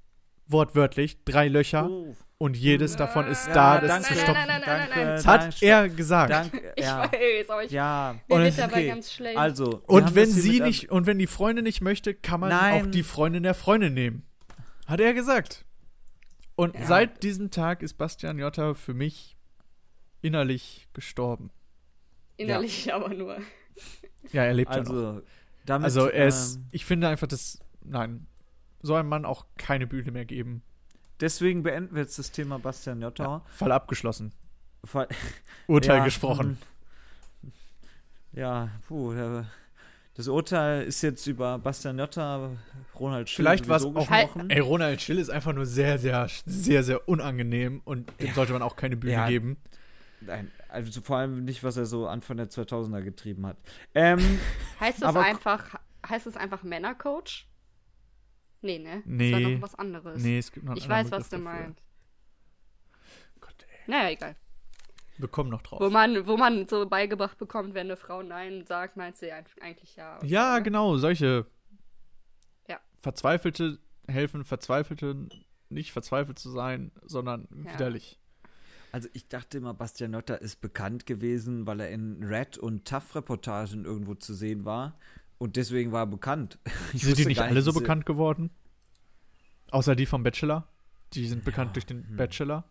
wortwörtlich drei Löcher
Oh.
und jedes davon ist
Ja,
da, das
danke,
ist
nein,
gestopft.
nein, nein, nein, nein,
danke,
nein.
das hat
danke,
er gesagt.
Danke,
Ich
ja.
weiß, aber ich.
Ja.
Mir
Und-
wird dabei ganz schlecht.
Also, wir haben
Und wenn
das hier
sie
mit einem-
nicht und wenn die Freundin nicht möchte, kann man
Nein.
auch die Freundin der Freundin nehmen. Hat er gesagt. Und seit diesem Tag ist Bastian Jotta für mich innerlich gestorben.
innerlich aber nur.
Ja, er lebt ja noch.
Also, damit,
Also er ist,
ähm,
ich finde einfach, dass nein, soll ein Mann auch keine Bühne mehr geben.
deswegen beenden wir jetzt das Thema Bastian Jotta.
Fall abgeschlossen.
Fall-
Urteil
Ja,
gesprochen.
hm. Ja, puh, der- das Urteil ist jetzt über Bastian Jotta, Ronald Schill
Vielleicht war es
sowieso
auch.
gesprochen.
Ey, Ronald Schill ist einfach nur sehr, sehr, sehr, sehr unangenehm und dem sollte man auch keine Bühne
Ja.
geben.
Nein, also vor allem nicht, was er so Anfang der 2000er getrieben hat. Ähm,
Heißt es
Aber-
einfach, heißt es einfach Männercoach? Nee, ne? Das war
Nee.
noch was anderes.
Nee, es gibt noch einen
ich
anderen
weiß, was du
Begriff dafür.
meinst.
Gott, ey.
Naja, egal.
Wir kommen noch drauf.
Wo man, wo man so beigebracht bekommt, wenn eine Frau Nein sagt, meint sie ein- eigentlich ja. oder?
Ja, genau, solche.
Ja.
Verzweifelte helfen Verzweifelten nicht verzweifelt zu sein, sondern
Ja.
widerlich.
also ich dachte immer, Bastian Jotta ist bekannt gewesen, weil er in Red und Tough Reportagen irgendwo zu sehen war. Und deswegen war er bekannt. Ich
Sind die
wusste
nicht
gar
alle so
dass er-
bekannt geworden? Außer die vom Bachelor? Die sind bekannt durch den Bachelor.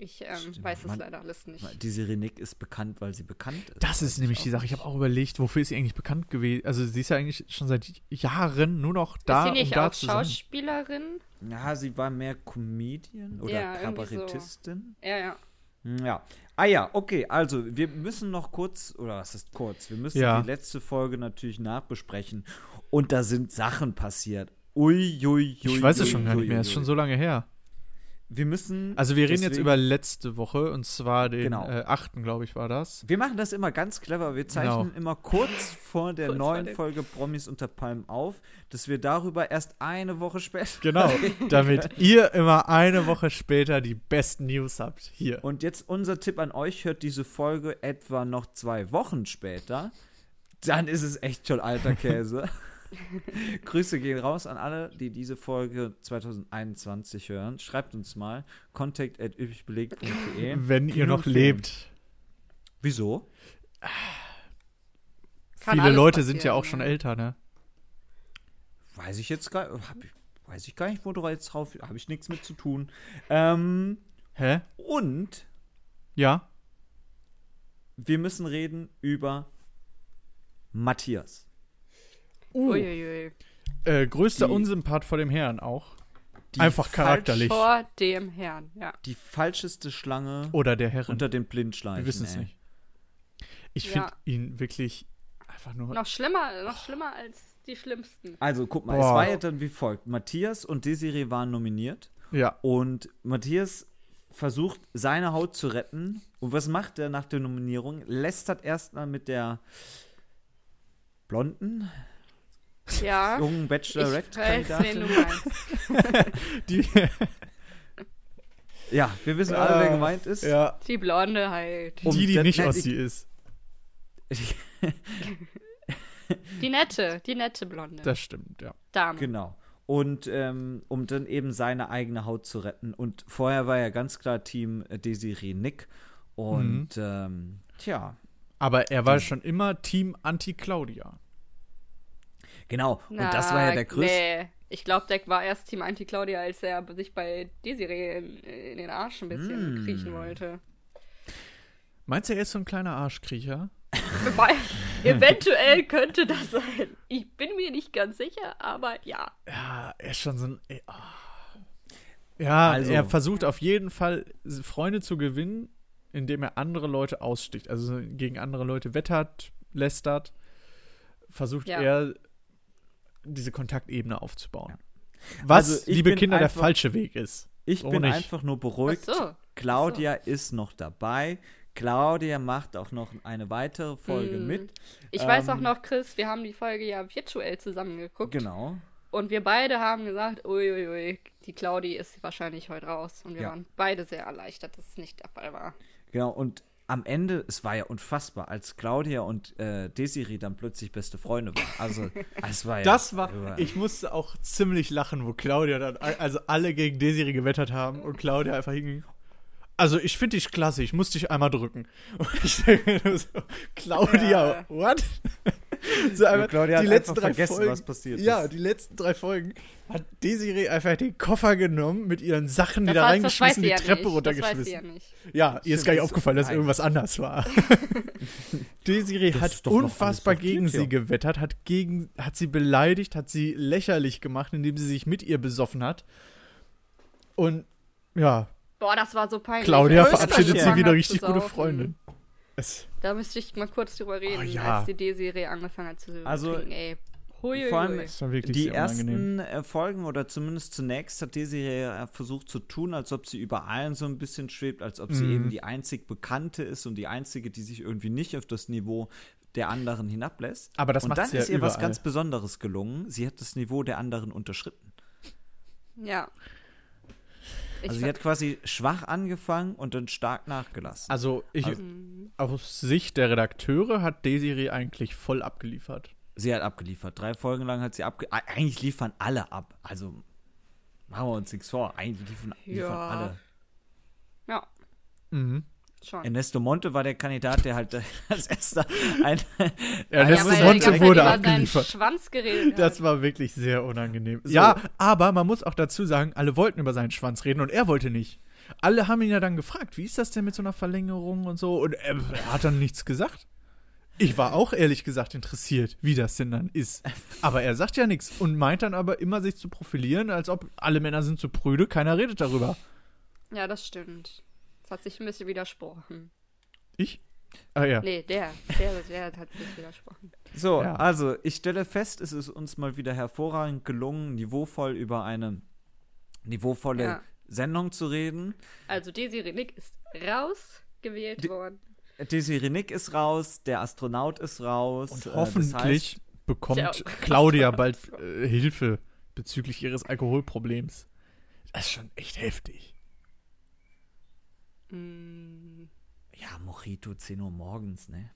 Ich ähm, weiß es
Mann.
leider alles nicht.
Die Sirenik ist bekannt, weil sie bekannt ist.
Das ist nämlich die Sache. Ich habe auch überlegt, wofür ist sie eigentlich bekannt gewesen? Also sie ist ja eigentlich schon seit Jahren nur noch da,
ist sie nicht
um da
auch
zu sein.
Schauspielerin?
Ja, sie war mehr Comedian oder
Ja, irgendwie so.
Kabarettistin.
Ja, ja.
Ja, Ah ja, okay, also wir müssen noch kurz, oder was ist kurz, wir müssen
Ja.
die letzte Folge natürlich nachbesprechen. Und da sind Sachen passiert. Ui, ui, ui,
Ich weiß es
ui,
schon gar
ui,
nicht mehr,
ui,
ist schon
ui.
so lange her.
Wir müssen.
Also wir reden jetzt
deswegen-
über letzte Woche und zwar den
Genau.
äh, 8. glaube ich war das.
Wir machen das immer ganz clever. Wir zeichnen
Genau.
immer kurz vor der
Kurz vor
neuen
dem-
Folge Promis unter Palmen auf, dass wir darüber erst eine Woche später.
Genau, damit ihr immer eine Woche später die besten News habt hier.
Und jetzt unser Tipp an euch: hört diese Folge etwa noch zwei Wochen später. Dann ist es echt schon alter Käse. Grüße gehen raus an alle, die diese Folge 2021 hören. Schreibt uns mal contact at üppigbelegt.de.
Wenn ihr
Kino
noch
empfehlen.
lebt.
Genau. Wieso?
Kann
Viele
alles
Leute sind ja
passieren,
auch schon älter, ne?
Weiß ich jetzt gar hab ich, Weiß ich gar nicht, wo du jetzt drauf. Habe ich nichts mit zu tun. Ähm,
Hä?
und
Ja?
wir müssen reden über Matthias.
Uiuiui.
Äh, größter
Die-
Unsympath vor dem Herrn auch.
Die
Einfach
falsch-
charakterlich.
Vor dem Herrn, ja.
Die falscheste Schlange
Oder der Herrin.
unter den Blindschleichen.
Wir wissen es
ey.
nicht. Ich
Ja.
finde ihn wirklich einfach nur.
Noch schlimmer, noch schlimmer als die schlimmsten.
Also guck mal, es
Boah.
war ja dann wie folgt. Matthias und Desiree waren nominiert
Ja.
und Matthias versucht, seine Haut zu retten. Und was macht er nach der Nominierung? Lästert erstmal mit der blonden,
Ja.
jungen
Ich weiß, wen du
Bachelorette-Kandidatin.
meinst.
Die,
Ja, wir wissen alle, wer
Ja.
gemeint ist.
ja.
Die Blonde halt.
Um
die, die
das-
nicht
nein,
aus
ich-
sie ist.
Die nette, die nette Blonde.
Das stimmt, ja.
Dame.
Genau. Und ähm, um dann eben seine eigene Haut zu retten. Und vorher war ja ganz klar Team äh, Desiree Nick. Und
Mhm.
ähm, tja,
Aber er war schon immer Team Anti-Claudia.
genau. und das war ja der größte.
Nee. Ich glaube, Deck war erst Team Anti-Claudia, als er sich bei Desiree in, in den Arsch ein
Hm.
bisschen kriechen wollte.
Meinst du, er ist so ein kleiner Arschkriecher?
Wobei, eventuell könnte das sein. Ich bin mir nicht ganz sicher, aber ja.
Ja, er ist schon so ein. eh, ah. Ja,
Also-
er versucht auf jeden Fall, Freunde zu gewinnen, indem er andere Leute aussticht. Also gegen andere Leute wettert, lästert. Versucht
Ja.
er, diese Kontaktebene aufzubauen. Was,
Also, ich
liebe
bin
Kinder, der
einfach-
falsche Weg ist.
Ich
So
bin
nicht.
einfach nur beruhigt.
Ach so.
Claudia ist noch dabei. Claudia macht auch noch eine weitere
Hm.
Folge mit.
Ich weiß
Ähm.
auch noch, Chris, wir haben die Folge ja virtuell zusammengeguckt.
Genau.
Und wir beide haben gesagt, uiuiui, die Claudi ist wahrscheinlich heute raus. Und wir
Ja.
waren beide sehr erleichtert, dass es nicht der Fall war.
Genau, und am Ende, es war ja unfassbar, als Claudia und äh, Desiree dann plötzlich beste Freunde waren. Also, es war ja.
Das war,
über-
ich musste auch ziemlich lachen, wo Claudia dann, also alle gegen Desiree gewettert haben und Claudia einfach hinging. Also ich finde dich klasse, ich muss dich einmal drücken. Und ich denke mir nur so, Claudia,
Ja.
what? So einfach,
Claudia hat
die letzten
einfach
drei
vergessen,
Folgen,
was passiert
Ja,
ist.
die letzten drei Folgen hat Desiree einfach den Koffer genommen mit ihren Sachen, die
Das
da
weiß-
reingeschmissen, die
das weiß sie ja
Treppe
nicht. Das weiß sie ja
runtergeschmissen.
nicht.
Ja, ihr ist gar nicht aufgefallen, dass
Nein.
irgendwas anders war. Desiree
Das
hat
ist doch noch
unfassbar
alles sortiert
gegen
hier.
sie gewettert, hat, gegen, hat sie beleidigt, hat sie lächerlich gemacht, indem sie sich mit ihr besoffen hat. Und ja,
Boah, das war so peinlich.
Claudia
Als sie
verabschiedet sie
angefangen
wie eine
hat
richtig
zu
gute
saufen.
Freundin. Es,
Da müsste ich mal kurz drüber reden,
ja.
als die D-Serie angefangen hat zu
Oh, Also,
trinken, ey. Huiuiui.
vor allem-
es war wirklich
die
sehr unangenehm.
ersten äh, Folgen oder zumindest zunächst hat Desiree äh, versucht zu tun, als ob sie über allen so ein bisschen schwebt, als ob sie
Mhm.
eben die einzig Bekannte ist und die einzige, die sich irgendwie nicht auf das Niveau der anderen hinablässt.
Aber das
und
macht
dann
sie ja
ist ihr was
überall.
ganz Besonderes gelungen. Sie hat das Niveau der anderen unterschritten.
Ja. Ich
Also sie hat quasi schwach angefangen und dann stark nachgelassen.
Also, ich,
Mhm.
aus Sicht der Redakteure hat Desiree eigentlich voll abgeliefert.
sie hat abgeliefert. Drei Folgen lang hat sie abge... Ah, Eigentlich liefern alle ab. Also machen wir uns nichts vor. Eigentlich liefern, liefern
Ja.
alle.
ja.
Mhm.
Schon.
Ernesto Monte war der Kandidat, der halt als erster ein,
ja,
Ernesto
weil er die ganze
Monte
Zeit
wurde
über seinen
abgeliefert.
Schwanz geredet. hat.
Das war wirklich sehr unangenehm. Ja, aber man muss auch dazu sagen, alle wollten über seinen Schwanz reden und er wollte nicht. Alle haben ihn ja dann gefragt, wie ist das denn mit so einer Verlängerung und so? Und er, er hat dann nichts gesagt. Ich war auch ehrlich gesagt interessiert, wie das denn dann ist. Aber er sagt ja nichts und meint dann aber immer, sich zu profilieren, als ob alle Männer sind zu prüde, keiner redet darüber.
Ja, das stimmt. Das hat sich ein bisschen widersprochen.
Ich? Ah ja.
Nee, der. Der, der hat sich widersprochen.
So,
Ja.
also ich stelle fest, es ist uns mal wieder hervorragend gelungen, niveauvoll über eine niveauvolle
Ja.
Sendung zu reden.
Also Desiree Nick ist rausgewählt
Die-
worden.
Desiree Nick ist raus, der Astronaut ist raus.
Und
äh, Das heißt,
hoffentlich bekommt
Ja.
Claudia bald äh, Hilfe bezüglich ihres Alkoholproblems. Das ist schon echt heftig.
Mm,
ja, Mojito 10 Uhr morgens, ne?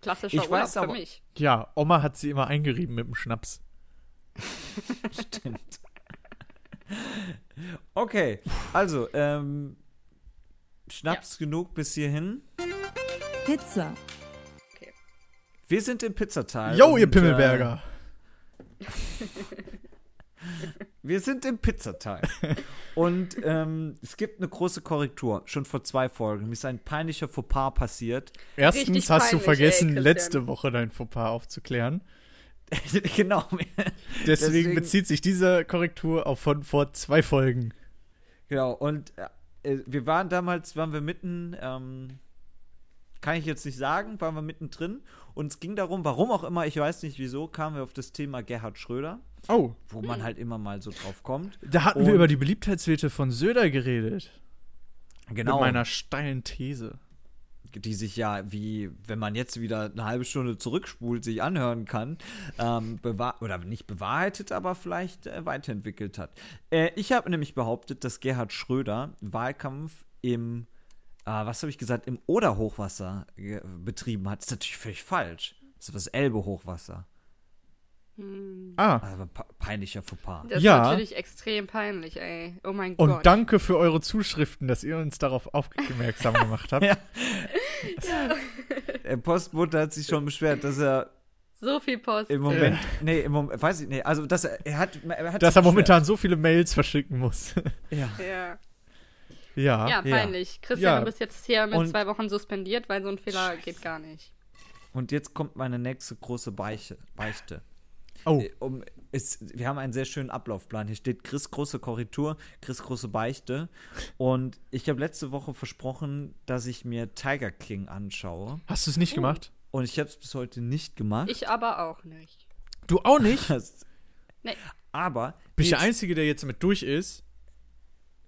Klassischer
Ich
Urlaub
weiß
für
aber-
mich.
Ja, Oma hat sie immer eingerieben mit dem Schnaps.
Stimmt. Okay, also, ähm, Schnaps genug bis hierhin.
Pizza.
Okay.
Wir sind im Pizzateil.
Jo, ihr
und,
Pimmelberger!
Äh, wir sind im Pizzateil. und ähm, es gibt eine große Korrektur, schon vor zwei Folgen. Mir ist ein peinlicher Fauxpas passiert.
Erstens
richtig
hast du
peinlich, ey,
vergessen,
Christian.
letzte Woche dein Fauxpas aufzuklären.
genau.
Deswegen,
Deswegen-
bezieht sich diese Korrektur auf von vor zwei Folgen.
Genau, und äh, wir waren damals, waren wir mitten, ähm, kann ich jetzt nicht sagen, waren wir mittendrin. Und es ging darum, warum auch immer, ich weiß nicht wieso, kamen wir auf das Thema Gerhard Schröder,
Oh.
wo man halt immer mal so drauf kommt.
Da hatten
Und-
wir über die Beliebtheitswerte von Söder geredet.
Genau,
Mit meiner steilen These.
die sich ja, wie wenn man jetzt wieder eine halbe Stunde zurückspult, sich anhören kann, ähm, bewahr oder nicht bewahrheitet, aber vielleicht äh, weiterentwickelt hat. Äh, ich habe nämlich behauptet, dass Gerhard Schröder Wahlkampf im, äh, was habe ich gesagt, im Oder-Hochwasser äh, betrieben hat. ist natürlich völlig falsch. Das ist das Elbe-Hochwasser.
Ah,
Also pe- peinlicher Fauxpas.
Das
Ja.
ist natürlich extrem peinlich, ey. Oh mein
und
Gott.
danke für eure Zuschriften, dass ihr uns darauf aufmerksam gemacht habt.
Der Äh, Postbote hat sich schon beschwert, dass er
so viel Post.
im Moment, nee, im Moment, weiß ich nicht, also dass er, er hat, er hat
Äh. Dass
sich
er momentan so viele Mails verschicken muss.
beschwert. Ja.
ja.
Ja. ja, peinlich. Christian,
Ja.
du bist jetzt hier mit
Und-
zwei Wochen suspendiert, weil so ein Fehler geht gar nicht.
Und jetzt kommt meine nächste große Beiche, Beichte.
Oh,
Äh, Um, es- wir haben einen sehr schönen Ablaufplan. Hier steht Chris große Korrektur, Chris große Beichte. Und ich habe letzte Woche versprochen, dass ich mir Tiger King anschaue.
hast du es nicht
Oh.
gemacht?
Und ich habe es bis heute nicht gemacht.
Ich aber auch nicht.
Du auch nicht?
Das-
Nee.
Aber
Bin ich der
jetzt-
Einzige, der jetzt damit durch ist?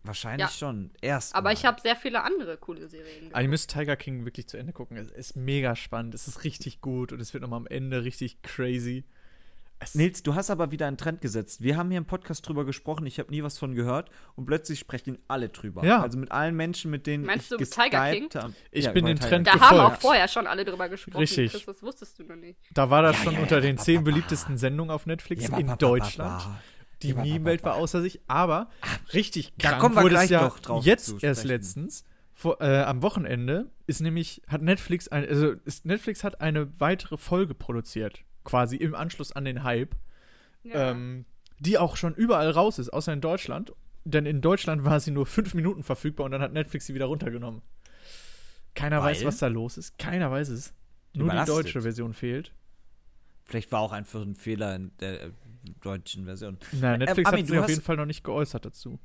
wahrscheinlich
Ja.
schon. Erst.
Aber
mal.
ich habe sehr viele andere coole Serien
Aber ihr müsst Tiger King wirklich zu Ende gucken. Es ist mega spannend, es ist richtig gut und es wird nochmal am Ende richtig crazy. Es,
Nils, du hast aber wieder einen Trend gesetzt. Wir haben hier im Podcast drüber gesprochen, ich habe nie was von gehört und plötzlich sprechen alle drüber.
Ja.
Also mit allen Menschen, mit denen
Meinst
ich
du Tiger King?
geskypt hab.
Ich
Ja,
bin
über
den
Tiger
Trend
Da
King.
haben
gefolgt.
auch vorher schon alle drüber gesprochen.
Richtig.
Chris, das wusstest du noch nicht.
Da war das schon
ja,
unter
ja,
den
ba,
zehn
ba, ba.
beliebtesten Sendungen auf Netflix
Ja, ba, ba,
in
ba, ba,
Deutschland.
ba.
Die
Ja, ba, ba,
Meme-Welt war außer sich, aber richtig
Da
krank
kommen wir
wurde es
gleich
ja
noch drauf
jetzt
zu
erst
sprechen.
letztens. Vor, äh, am Wochenende ist nämlich hat Netflix ein, also ist, Netflix hat eine weitere Folge produziert, quasi im Anschluss an den Hype,
Ja.
ähm, die auch schon überall raus ist, außer in Deutschland. Denn in Deutschland war sie nur fünf Minuten verfügbar und dann hat Netflix sie wieder runtergenommen. Keiner
Weil?
weiß, was da los ist. Keiner weiß es. Nur
Überlastet.
die deutsche Version fehlt.
Vielleicht war auch einfach ein Fehler in der äh, deutschen Version.
Na, Netflix hat
Armin, Ähm, du
sich auf
hast-
jeden Fall noch nicht geäußert dazu.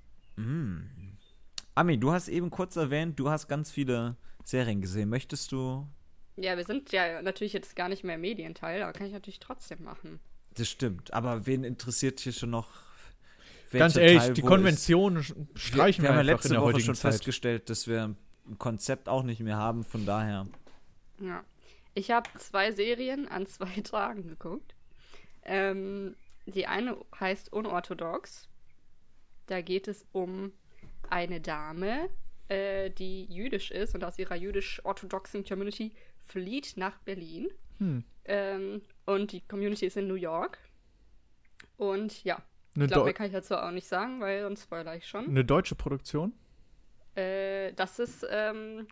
Ami, du hast eben kurz erwähnt, du hast ganz viele Serien gesehen. Möchtest du?
ja, wir sind ja natürlich jetzt gar nicht mehr Medienteil, aber kann ich natürlich trotzdem machen.
Das stimmt. Aber wen interessiert hier schon noch?
Ganz
welcher
ehrlich,
Teil
die
wo
Konventionen sch-
ist? Wir,
streichen
wir haben ja
einfach in
letzte
der
Woche
heutigen
schon
Zeit.
festgestellt, dass wir ein Konzept auch nicht mehr haben. Von daher.
Ja. Ich habe zwei Serien an zwei Tagen geguckt. Ähm, die eine heißt Unorthodox. Da geht es um eine Dame, äh, die jüdisch ist und aus ihrer jüdisch-orthodoxen Community flieht nach Berlin.
Hm.
Ähm, und die Community ist in New York. Und ja,
Eine
ich glaube,
Deu-
mehr kann ich dazu auch nicht sagen, weil sonst spoiler ich schon.
Eine deutsche Produktion?
Äh, das ist, ähm,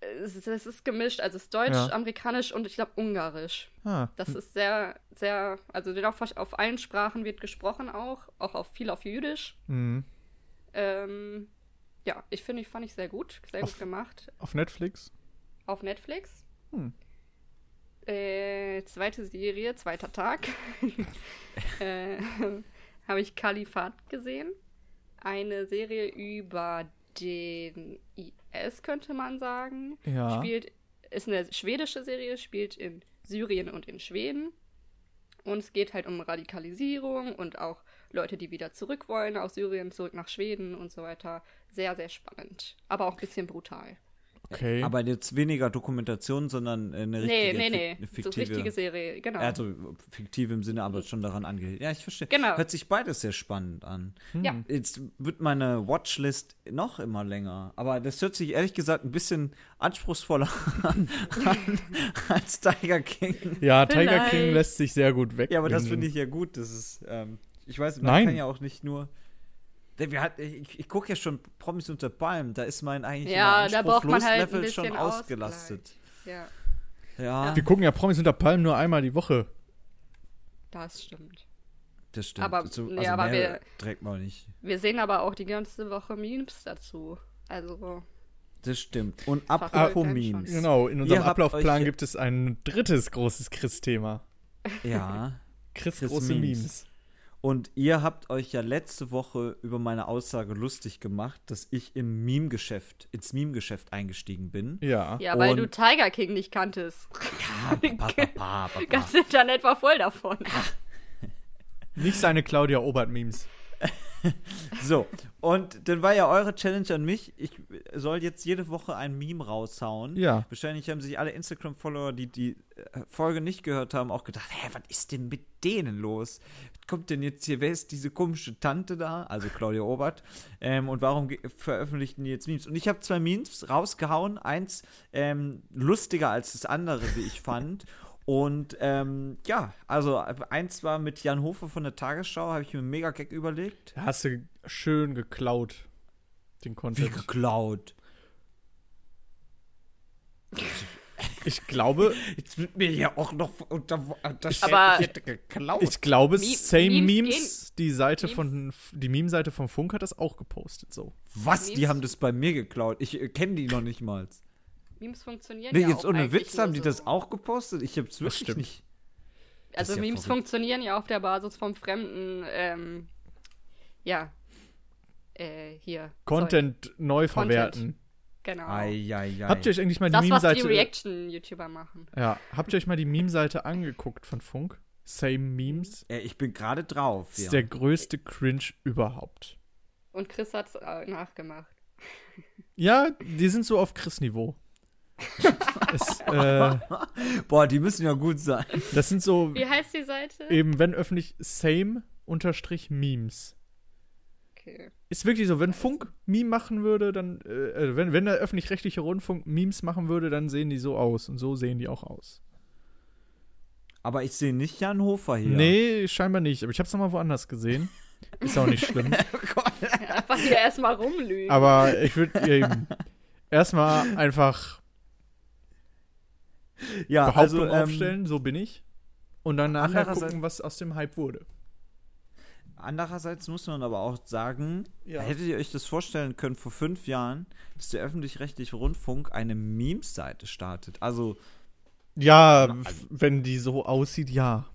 es ist- es ist gemischt, also es ist deutsch,
Ja.
amerikanisch und ich glaube ungarisch.
Ah,
Das ist sehr, sehr, also wird auch fast auf allen Sprachen wird gesprochen auch, auch auf viel auf Jüdisch.
mhm.
Ähm, ja, ich finde, ich fand ich sehr gut, sehr
Auf-
gut gemacht
auf Netflix?
auf Netflix.
Hm.
Äh, zweite Serie, zweiter Tag. äh, Habe ich Kalifat gesehen. Eine Serie über den IS, könnte man sagen.
Ja.
Spielt, ist eine schwedische Serie, spielt in Syrien und in Schweden. Und es geht halt um Radikalisierung und auch Leute, die wieder zurück wollen aus Syrien, zurück nach Schweden und so weiter. Sehr, sehr spannend. Aber auch ein bisschen brutal.
Okay.
Aber jetzt weniger Dokumentation, sondern eine
Nee,
richtige
nee,
fik-
nee.
eine
So
fiktive.
richtige Serie, genau.
Also fiktiv im Sinne, aber schon daran angehört. Ja, ich verstehe.
Mhm. Genau.
Hört sich beides sehr spannend an.
Ja.
Jetzt wird meine Watchlist noch immer länger. Aber das hört sich ehrlich gesagt ein bisschen anspruchsvoller an als Tiger King.
ja, Tiger
Vielleicht.
King lässt sich sehr gut weg.
Ja, aber das finde ich ja gut. Das ist, ähm, ich weiß, man
Mhm. Nein.
kann ja auch nicht nur. Denn Wir hat, ich ich gucke ja schon Promis unter Palmen. Da ist mein eigentlich
Ja,
immer
da braucht man halt ein
Anspruchslevel schon
bisschen
ausgelastet.
Ja,
Ja,
Wir gucken ja Promis unter Palmen nur einmal die Woche.
das stimmt.
das stimmt.
Aber-
also,
nee,
also
aber
mehr
wir-
direkt mal nicht.
Wir sehen aber auch die ganze Woche Memes dazu. Also,
Das stimmt. Und
Verfolgt
apropos
einen schon.
Memes.
Genau, in unserem
Ihr habt
Ablaufplan
euch-
gibt es ein drittes großes Chris-Thema.
Ja.
Chris,
Chris
große
Memes.
Memes.
Und ihr habt euch ja letzte Woche über meine Aussage lustig gemacht, dass ich im Meme-Geschäft, ins Meme-Geschäft eingestiegen bin.
Ja.
ja, weil
Und-
du Tiger King nicht kanntest.
Pa, pa, pa, pa, pa.
Ganz Internet war voll davon.
Nicht seine Claudia Obert-Memes.
So, und dann war ja eure Challenge an mich, ich soll jetzt jede Woche ein Meme raushauen.
Ja.
Wahrscheinlich haben sich alle Instagram-Follower, die die äh, Folge nicht gehört haben, auch gedacht, hä, was ist denn mit denen los? Was kommt denn jetzt hier, wer ist diese komische Tante da? Also Claudia Obert. Ähm, und warum ge- veröffentlichen die jetzt Memes? Und ich habe zwei Memes rausgehauen, eins ähm, lustiger als das andere, wie ich fand. Und ähm, ja, also eins war mit Jan Hofer von der Tagesschau, habe ich mir einen Mega-Gag überlegt.
Da hast du schön geklaut, den
Wie
Content.
geklaut?
Ich glaube,
Jetzt wird mir ja auch noch unter das
Aber-
ich hätte geklaut.
ich glaube,
Meme-
Same
Memes
Memes, die Seite von, die Meme-Seite von Funk hat das auch gepostet, so.
Was? Die
Memes-
haben das bei mir geklaut. Ich äh, kenne die noch nicht mal.
Memes funktionieren
Nee,
ja
jetzt
auch
ohne
eigentlich
Witz haben
nur
die
so.
das auch gepostet. Ich hab's wirklich
stimmt.
nicht.
Also
ist ja
Memes
verrückt.
funktionieren ja auf der Basis vom fremden, ähm, ja, äh, hier.
Content neu verwerten.
Zeug. Genau.
Eieiei.
Habt ihr euch eigentlich mal die
Das, was die
Meme-Seite,
Reaction-YouTuber machen.
ja, habt ihr euch mal die Meme-Seite angeguckt von Funk? Same Memes.
Äh, ich bin gerade drauf.
Das
Ja.
ist der größte Cringe überhaupt.
Und Chris hat's äh, nachgemacht.
Ja, die sind so auf Chris-Niveau. es, äh,
Boah, die müssen ja gut sein.
das sind so,
Wie heißt die Seite?
eben wenn öffentlich, same unterstrich Memes.
Okay.
Ist wirklich so, wenn Funk Meme machen würde, dann, äh, äh, wenn, wenn der öffentlich-rechtliche Rundfunk Memes machen würde, dann sehen die so aus. Und so sehen die auch aus.
Aber ich sehe nicht Jan Hofer hier.
Nee, scheinbar nicht. Aber ich hab's nochmal woanders gesehen. Ist auch nicht schlimm.
Einfach hier erstmal rumlügen.
aber ich würde eben erstmal einfach
Ja,
Behauptung
also, ähm,
aufstellen, so bin ich. Und dann nachher
andererseits-
gucken, was aus dem Hype wurde.
Andererseits muss man aber auch sagen,
Ja.
hättet ihr euch das vorstellen können vor fünf Jahren, dass der öffentlich-rechtliche Rundfunk eine Memes-Seite startet? Also,
Ja, wenn die so aussieht, ja.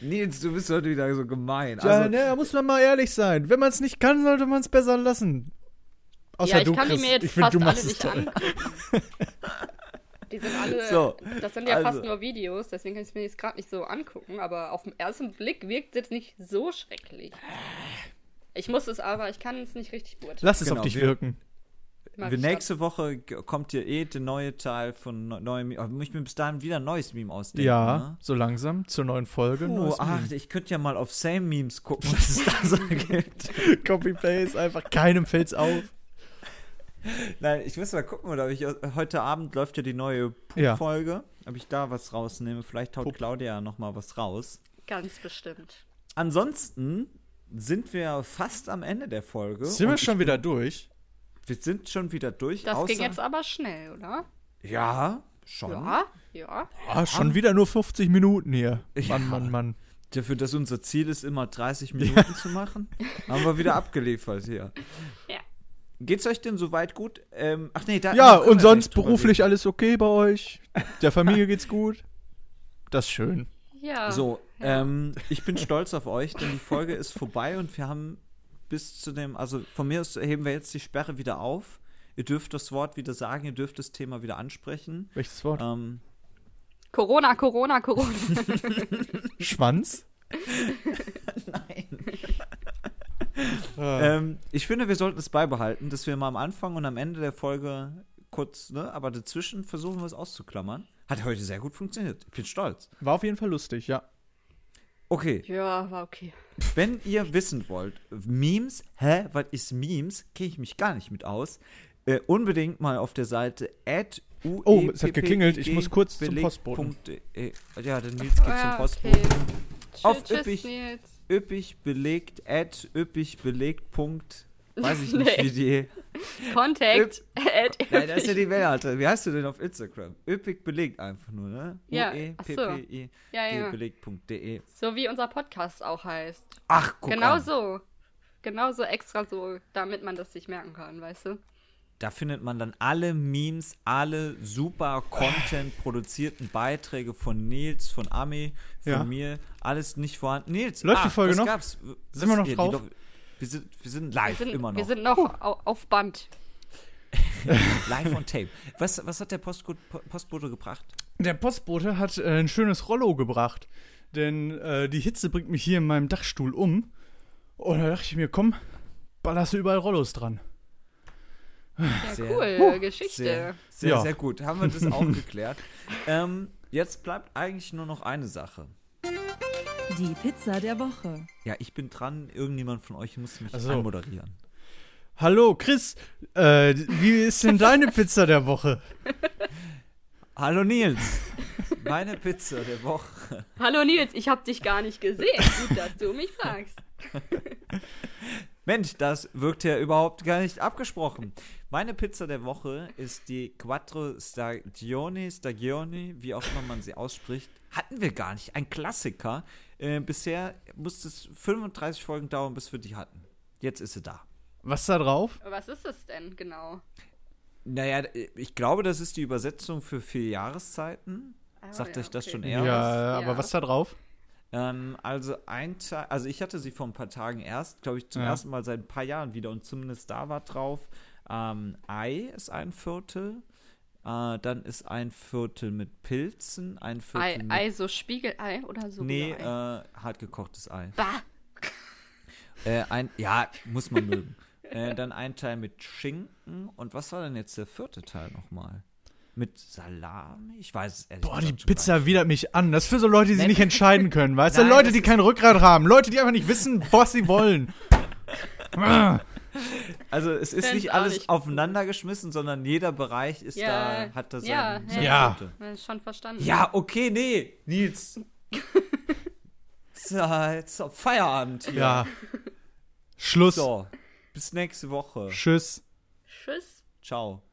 Nils, du bist heute wieder so gemein.
Ja,
Also,
ne, da muss man mal ehrlich sein. Wenn man es nicht kann, sollte man es besser lassen. Außer
ja, ich
du,
kann
Chris.
die mir jetzt
ich finde,
fast
du
alle
machst es
nicht
toll.
an. Die sind alle,
So,
das sind ja
also-
fast nur Videos, deswegen kann ich es mir jetzt gerade nicht so angucken, aber auf den ersten Blick wirkt es jetzt nicht so schrecklich. Ich muss es aber, ich kann es nicht richtig beurteilen.
Lass es
Genau,
auf dich
wir-
wirken.
Mal
wir
gespannt.
nächste Woche g- kommt hier eh der neue Teil von ne- neuem Meme. Aber muss ich mir bis dahin wieder ein neues Meme ausdenken.
Ja, so langsam zur neuen Folge.
Ne? Oh,
Neues
ach,
Meme.
ich könnte ja mal auf Same Memes gucken, was es da so gibt.
Copy-Paste, einfach keinem fällt's auf.
Nein, ich muss mal gucken, oder ob ich äh, heute Abend läuft ja die neue
Ja.
Pup-Folge. Ob ich da was rausnehme. Vielleicht haut Claudia noch mal was raus.
Ganz bestimmt.
Ansonsten sind wir fast am Ende der Folge.
Sind
Und
wir schon wieder durch?
Ich, wir sind schon wieder durch.
Das
außer,
ging jetzt aber schnell, oder?
Ja, schon.
Ja, ja.
Ah, schon wieder nur 50 Minuten hier. Mann,
Ja.
Mann, Mann.
Dafür, dass unser Ziel ist, immer 30 Minuten zu machen, haben wir wieder abgeliefert hier.
Ja.
Geht's euch denn soweit gut? Ähm, ach nee, da.
Ja,
da können
und
wir
sonst
nicht drüber
beruflich alles okay bei euch? Der Familie geht's gut? Das ist schön.
ja.
reden. So, ähm, ich bin stolz auf euch, denn die Folge ist vorbei und wir haben bis zu dem, also von mir aus heben wir jetzt die Sperre wieder auf. Ihr dürft das Wort wieder sagen, ihr dürft das Thema wieder ansprechen.
Welches Wort?
Ah.
Ähm,
Corona, Corona, Corona.
Schwanz? Nein.
ähm, ich finde, wir sollten es beibehalten, dass wir mal am Anfang und am Ende der Folge kurz, ne, aber dazwischen versuchen wir es auszuklammern. Hat heute sehr gut funktioniert. Ich bin stolz.
War auf jeden Fall lustig, ja.
Okay,
ja, war okay.
Wenn ihr wissen wollt, Memes, hä, was ist Memes? Kenne ich mich gar nicht mit aus. Äh, unbedingt mal auf der Seite at E
Oh, es hat geklingelt. Ich muss kurz zum Postboten.
Ja, dann Nils geht zum
Ja,
Postboten.
Ah, Tschüss,
Auf üppig.
tschüss, Nils.
Üppig belegt, at üppig belegt. Punkt. Weiß ich nicht,
Nee.
wie die.
Contact. at
Nein, das ist ja die Wellalter. Wie heißt du denn auf Instagram? Üppig belegt einfach nur, ne?
Ja,
UEPPI
ach so. Ja, ja.
belegt.de.
so wie unser Podcast auch heißt.
E. Ach, guck
genau
an.
so. Genau so extra so, damit man das sich merken kann, weißt du?
Da findet man dann alle Memes, alle super Content produzierten Beiträge von Nils, von Ami, von
Ja.
mir. Alles nicht vorhanden. Nils,
Läuft die Folge
das
noch?
Gab's.
Sind wir noch
Ja, die
drauf?
Lo- wir, sind, wir sind live
Wir sind
immer noch.
Wir sind noch au- auf Band.
live on tape. Was, was hat der Postcode, Po- Postbote gebracht?
Der Postbote hat äh, ein schönes Rollo gebracht. Denn äh, die Hitze bringt mich hier in meinem Dachstuhl um. Und da dachte ich mir, komm, ballerst du überall Rollos dran.
Ja,
Sehr-
cool,
Huh.
Geschichte.
Sehr, sehr,
Ja.
sehr gut. Haben wir das auch geklärt. Ähm, jetzt bleibt eigentlich nur noch eine Sache.
Die Pizza der Woche.
Ja, ich bin dran. Irgendjemand von euch muss mich
Ach so.
anmoderieren.
Hallo, Chris, äh, wie ist denn deine Pizza der Woche?
Hallo Nils. Meine Pizza der Woche.
Hallo Nils, ich hab dich gar nicht gesehen. Gut, dass du mich fragst.
Mensch, das wirkt ja überhaupt gar nicht abgesprochen. Meine Pizza der Woche ist die Quattro Stagioni, Stagioni, wie auch immer man sie ausspricht. Hatten wir gar nicht. Ein Klassiker. Äh, bisher musste es 35 Folgen dauern, bis wir die hatten. Jetzt ist sie da.
Was da drauf?
Was ist es denn genau?
Naja, ich glaube, das ist die Übersetzung für vier Jahreszeiten.
Ah,
Sagt
ja,
euch das
okay.
schon
Ja,
eher was?
aber
ja.
was da drauf?
Ähm, also ein Teil, also ich hatte sie vor ein paar Tagen erst, glaube ich, zum
Ja.
ersten Mal seit ein paar Jahren wieder und zumindest da war drauf. Ähm, Ei ist ein Viertel, äh, dann ist ein Viertel mit Pilzen, ein Viertel
Ei,
mit
Ei, so Spiegelei oder so?
nee,
Ei?
äh, hartgekochtes Ei.
bah.
Äh, ein, ja, muss man mögen. Äh, dann ein Teil mit Schinken und was war denn jetzt der vierte Teil nochmal? Mit Salami? Ich weiß es ehrlich
Boah, Oh, die
gesagt schon gar nicht.
Pizza widert mich an. Das ist für so Leute, die sich nicht entscheiden können, weißt du?
Nein,
Leute,
das
die kein Rückgrat haben. Leute, die einfach nicht wissen, was sie wollen. Ah,
Also es ist
Fänd's
nicht
auch
alles
nicht cool.
aufeinander geschmissen, sondern jeder Bereich ist
Ja,
da, hat da
ja,
seinen,
ja.
seine
Ja.
Punkte.
Ja, Schon verstanden.
Ja, okay, nee, Nils. so, jetzt auf Feierabend hier.
ja. Schluss.
So, bis nächste Woche.
Tschüss.
Tschüss.
Ciao.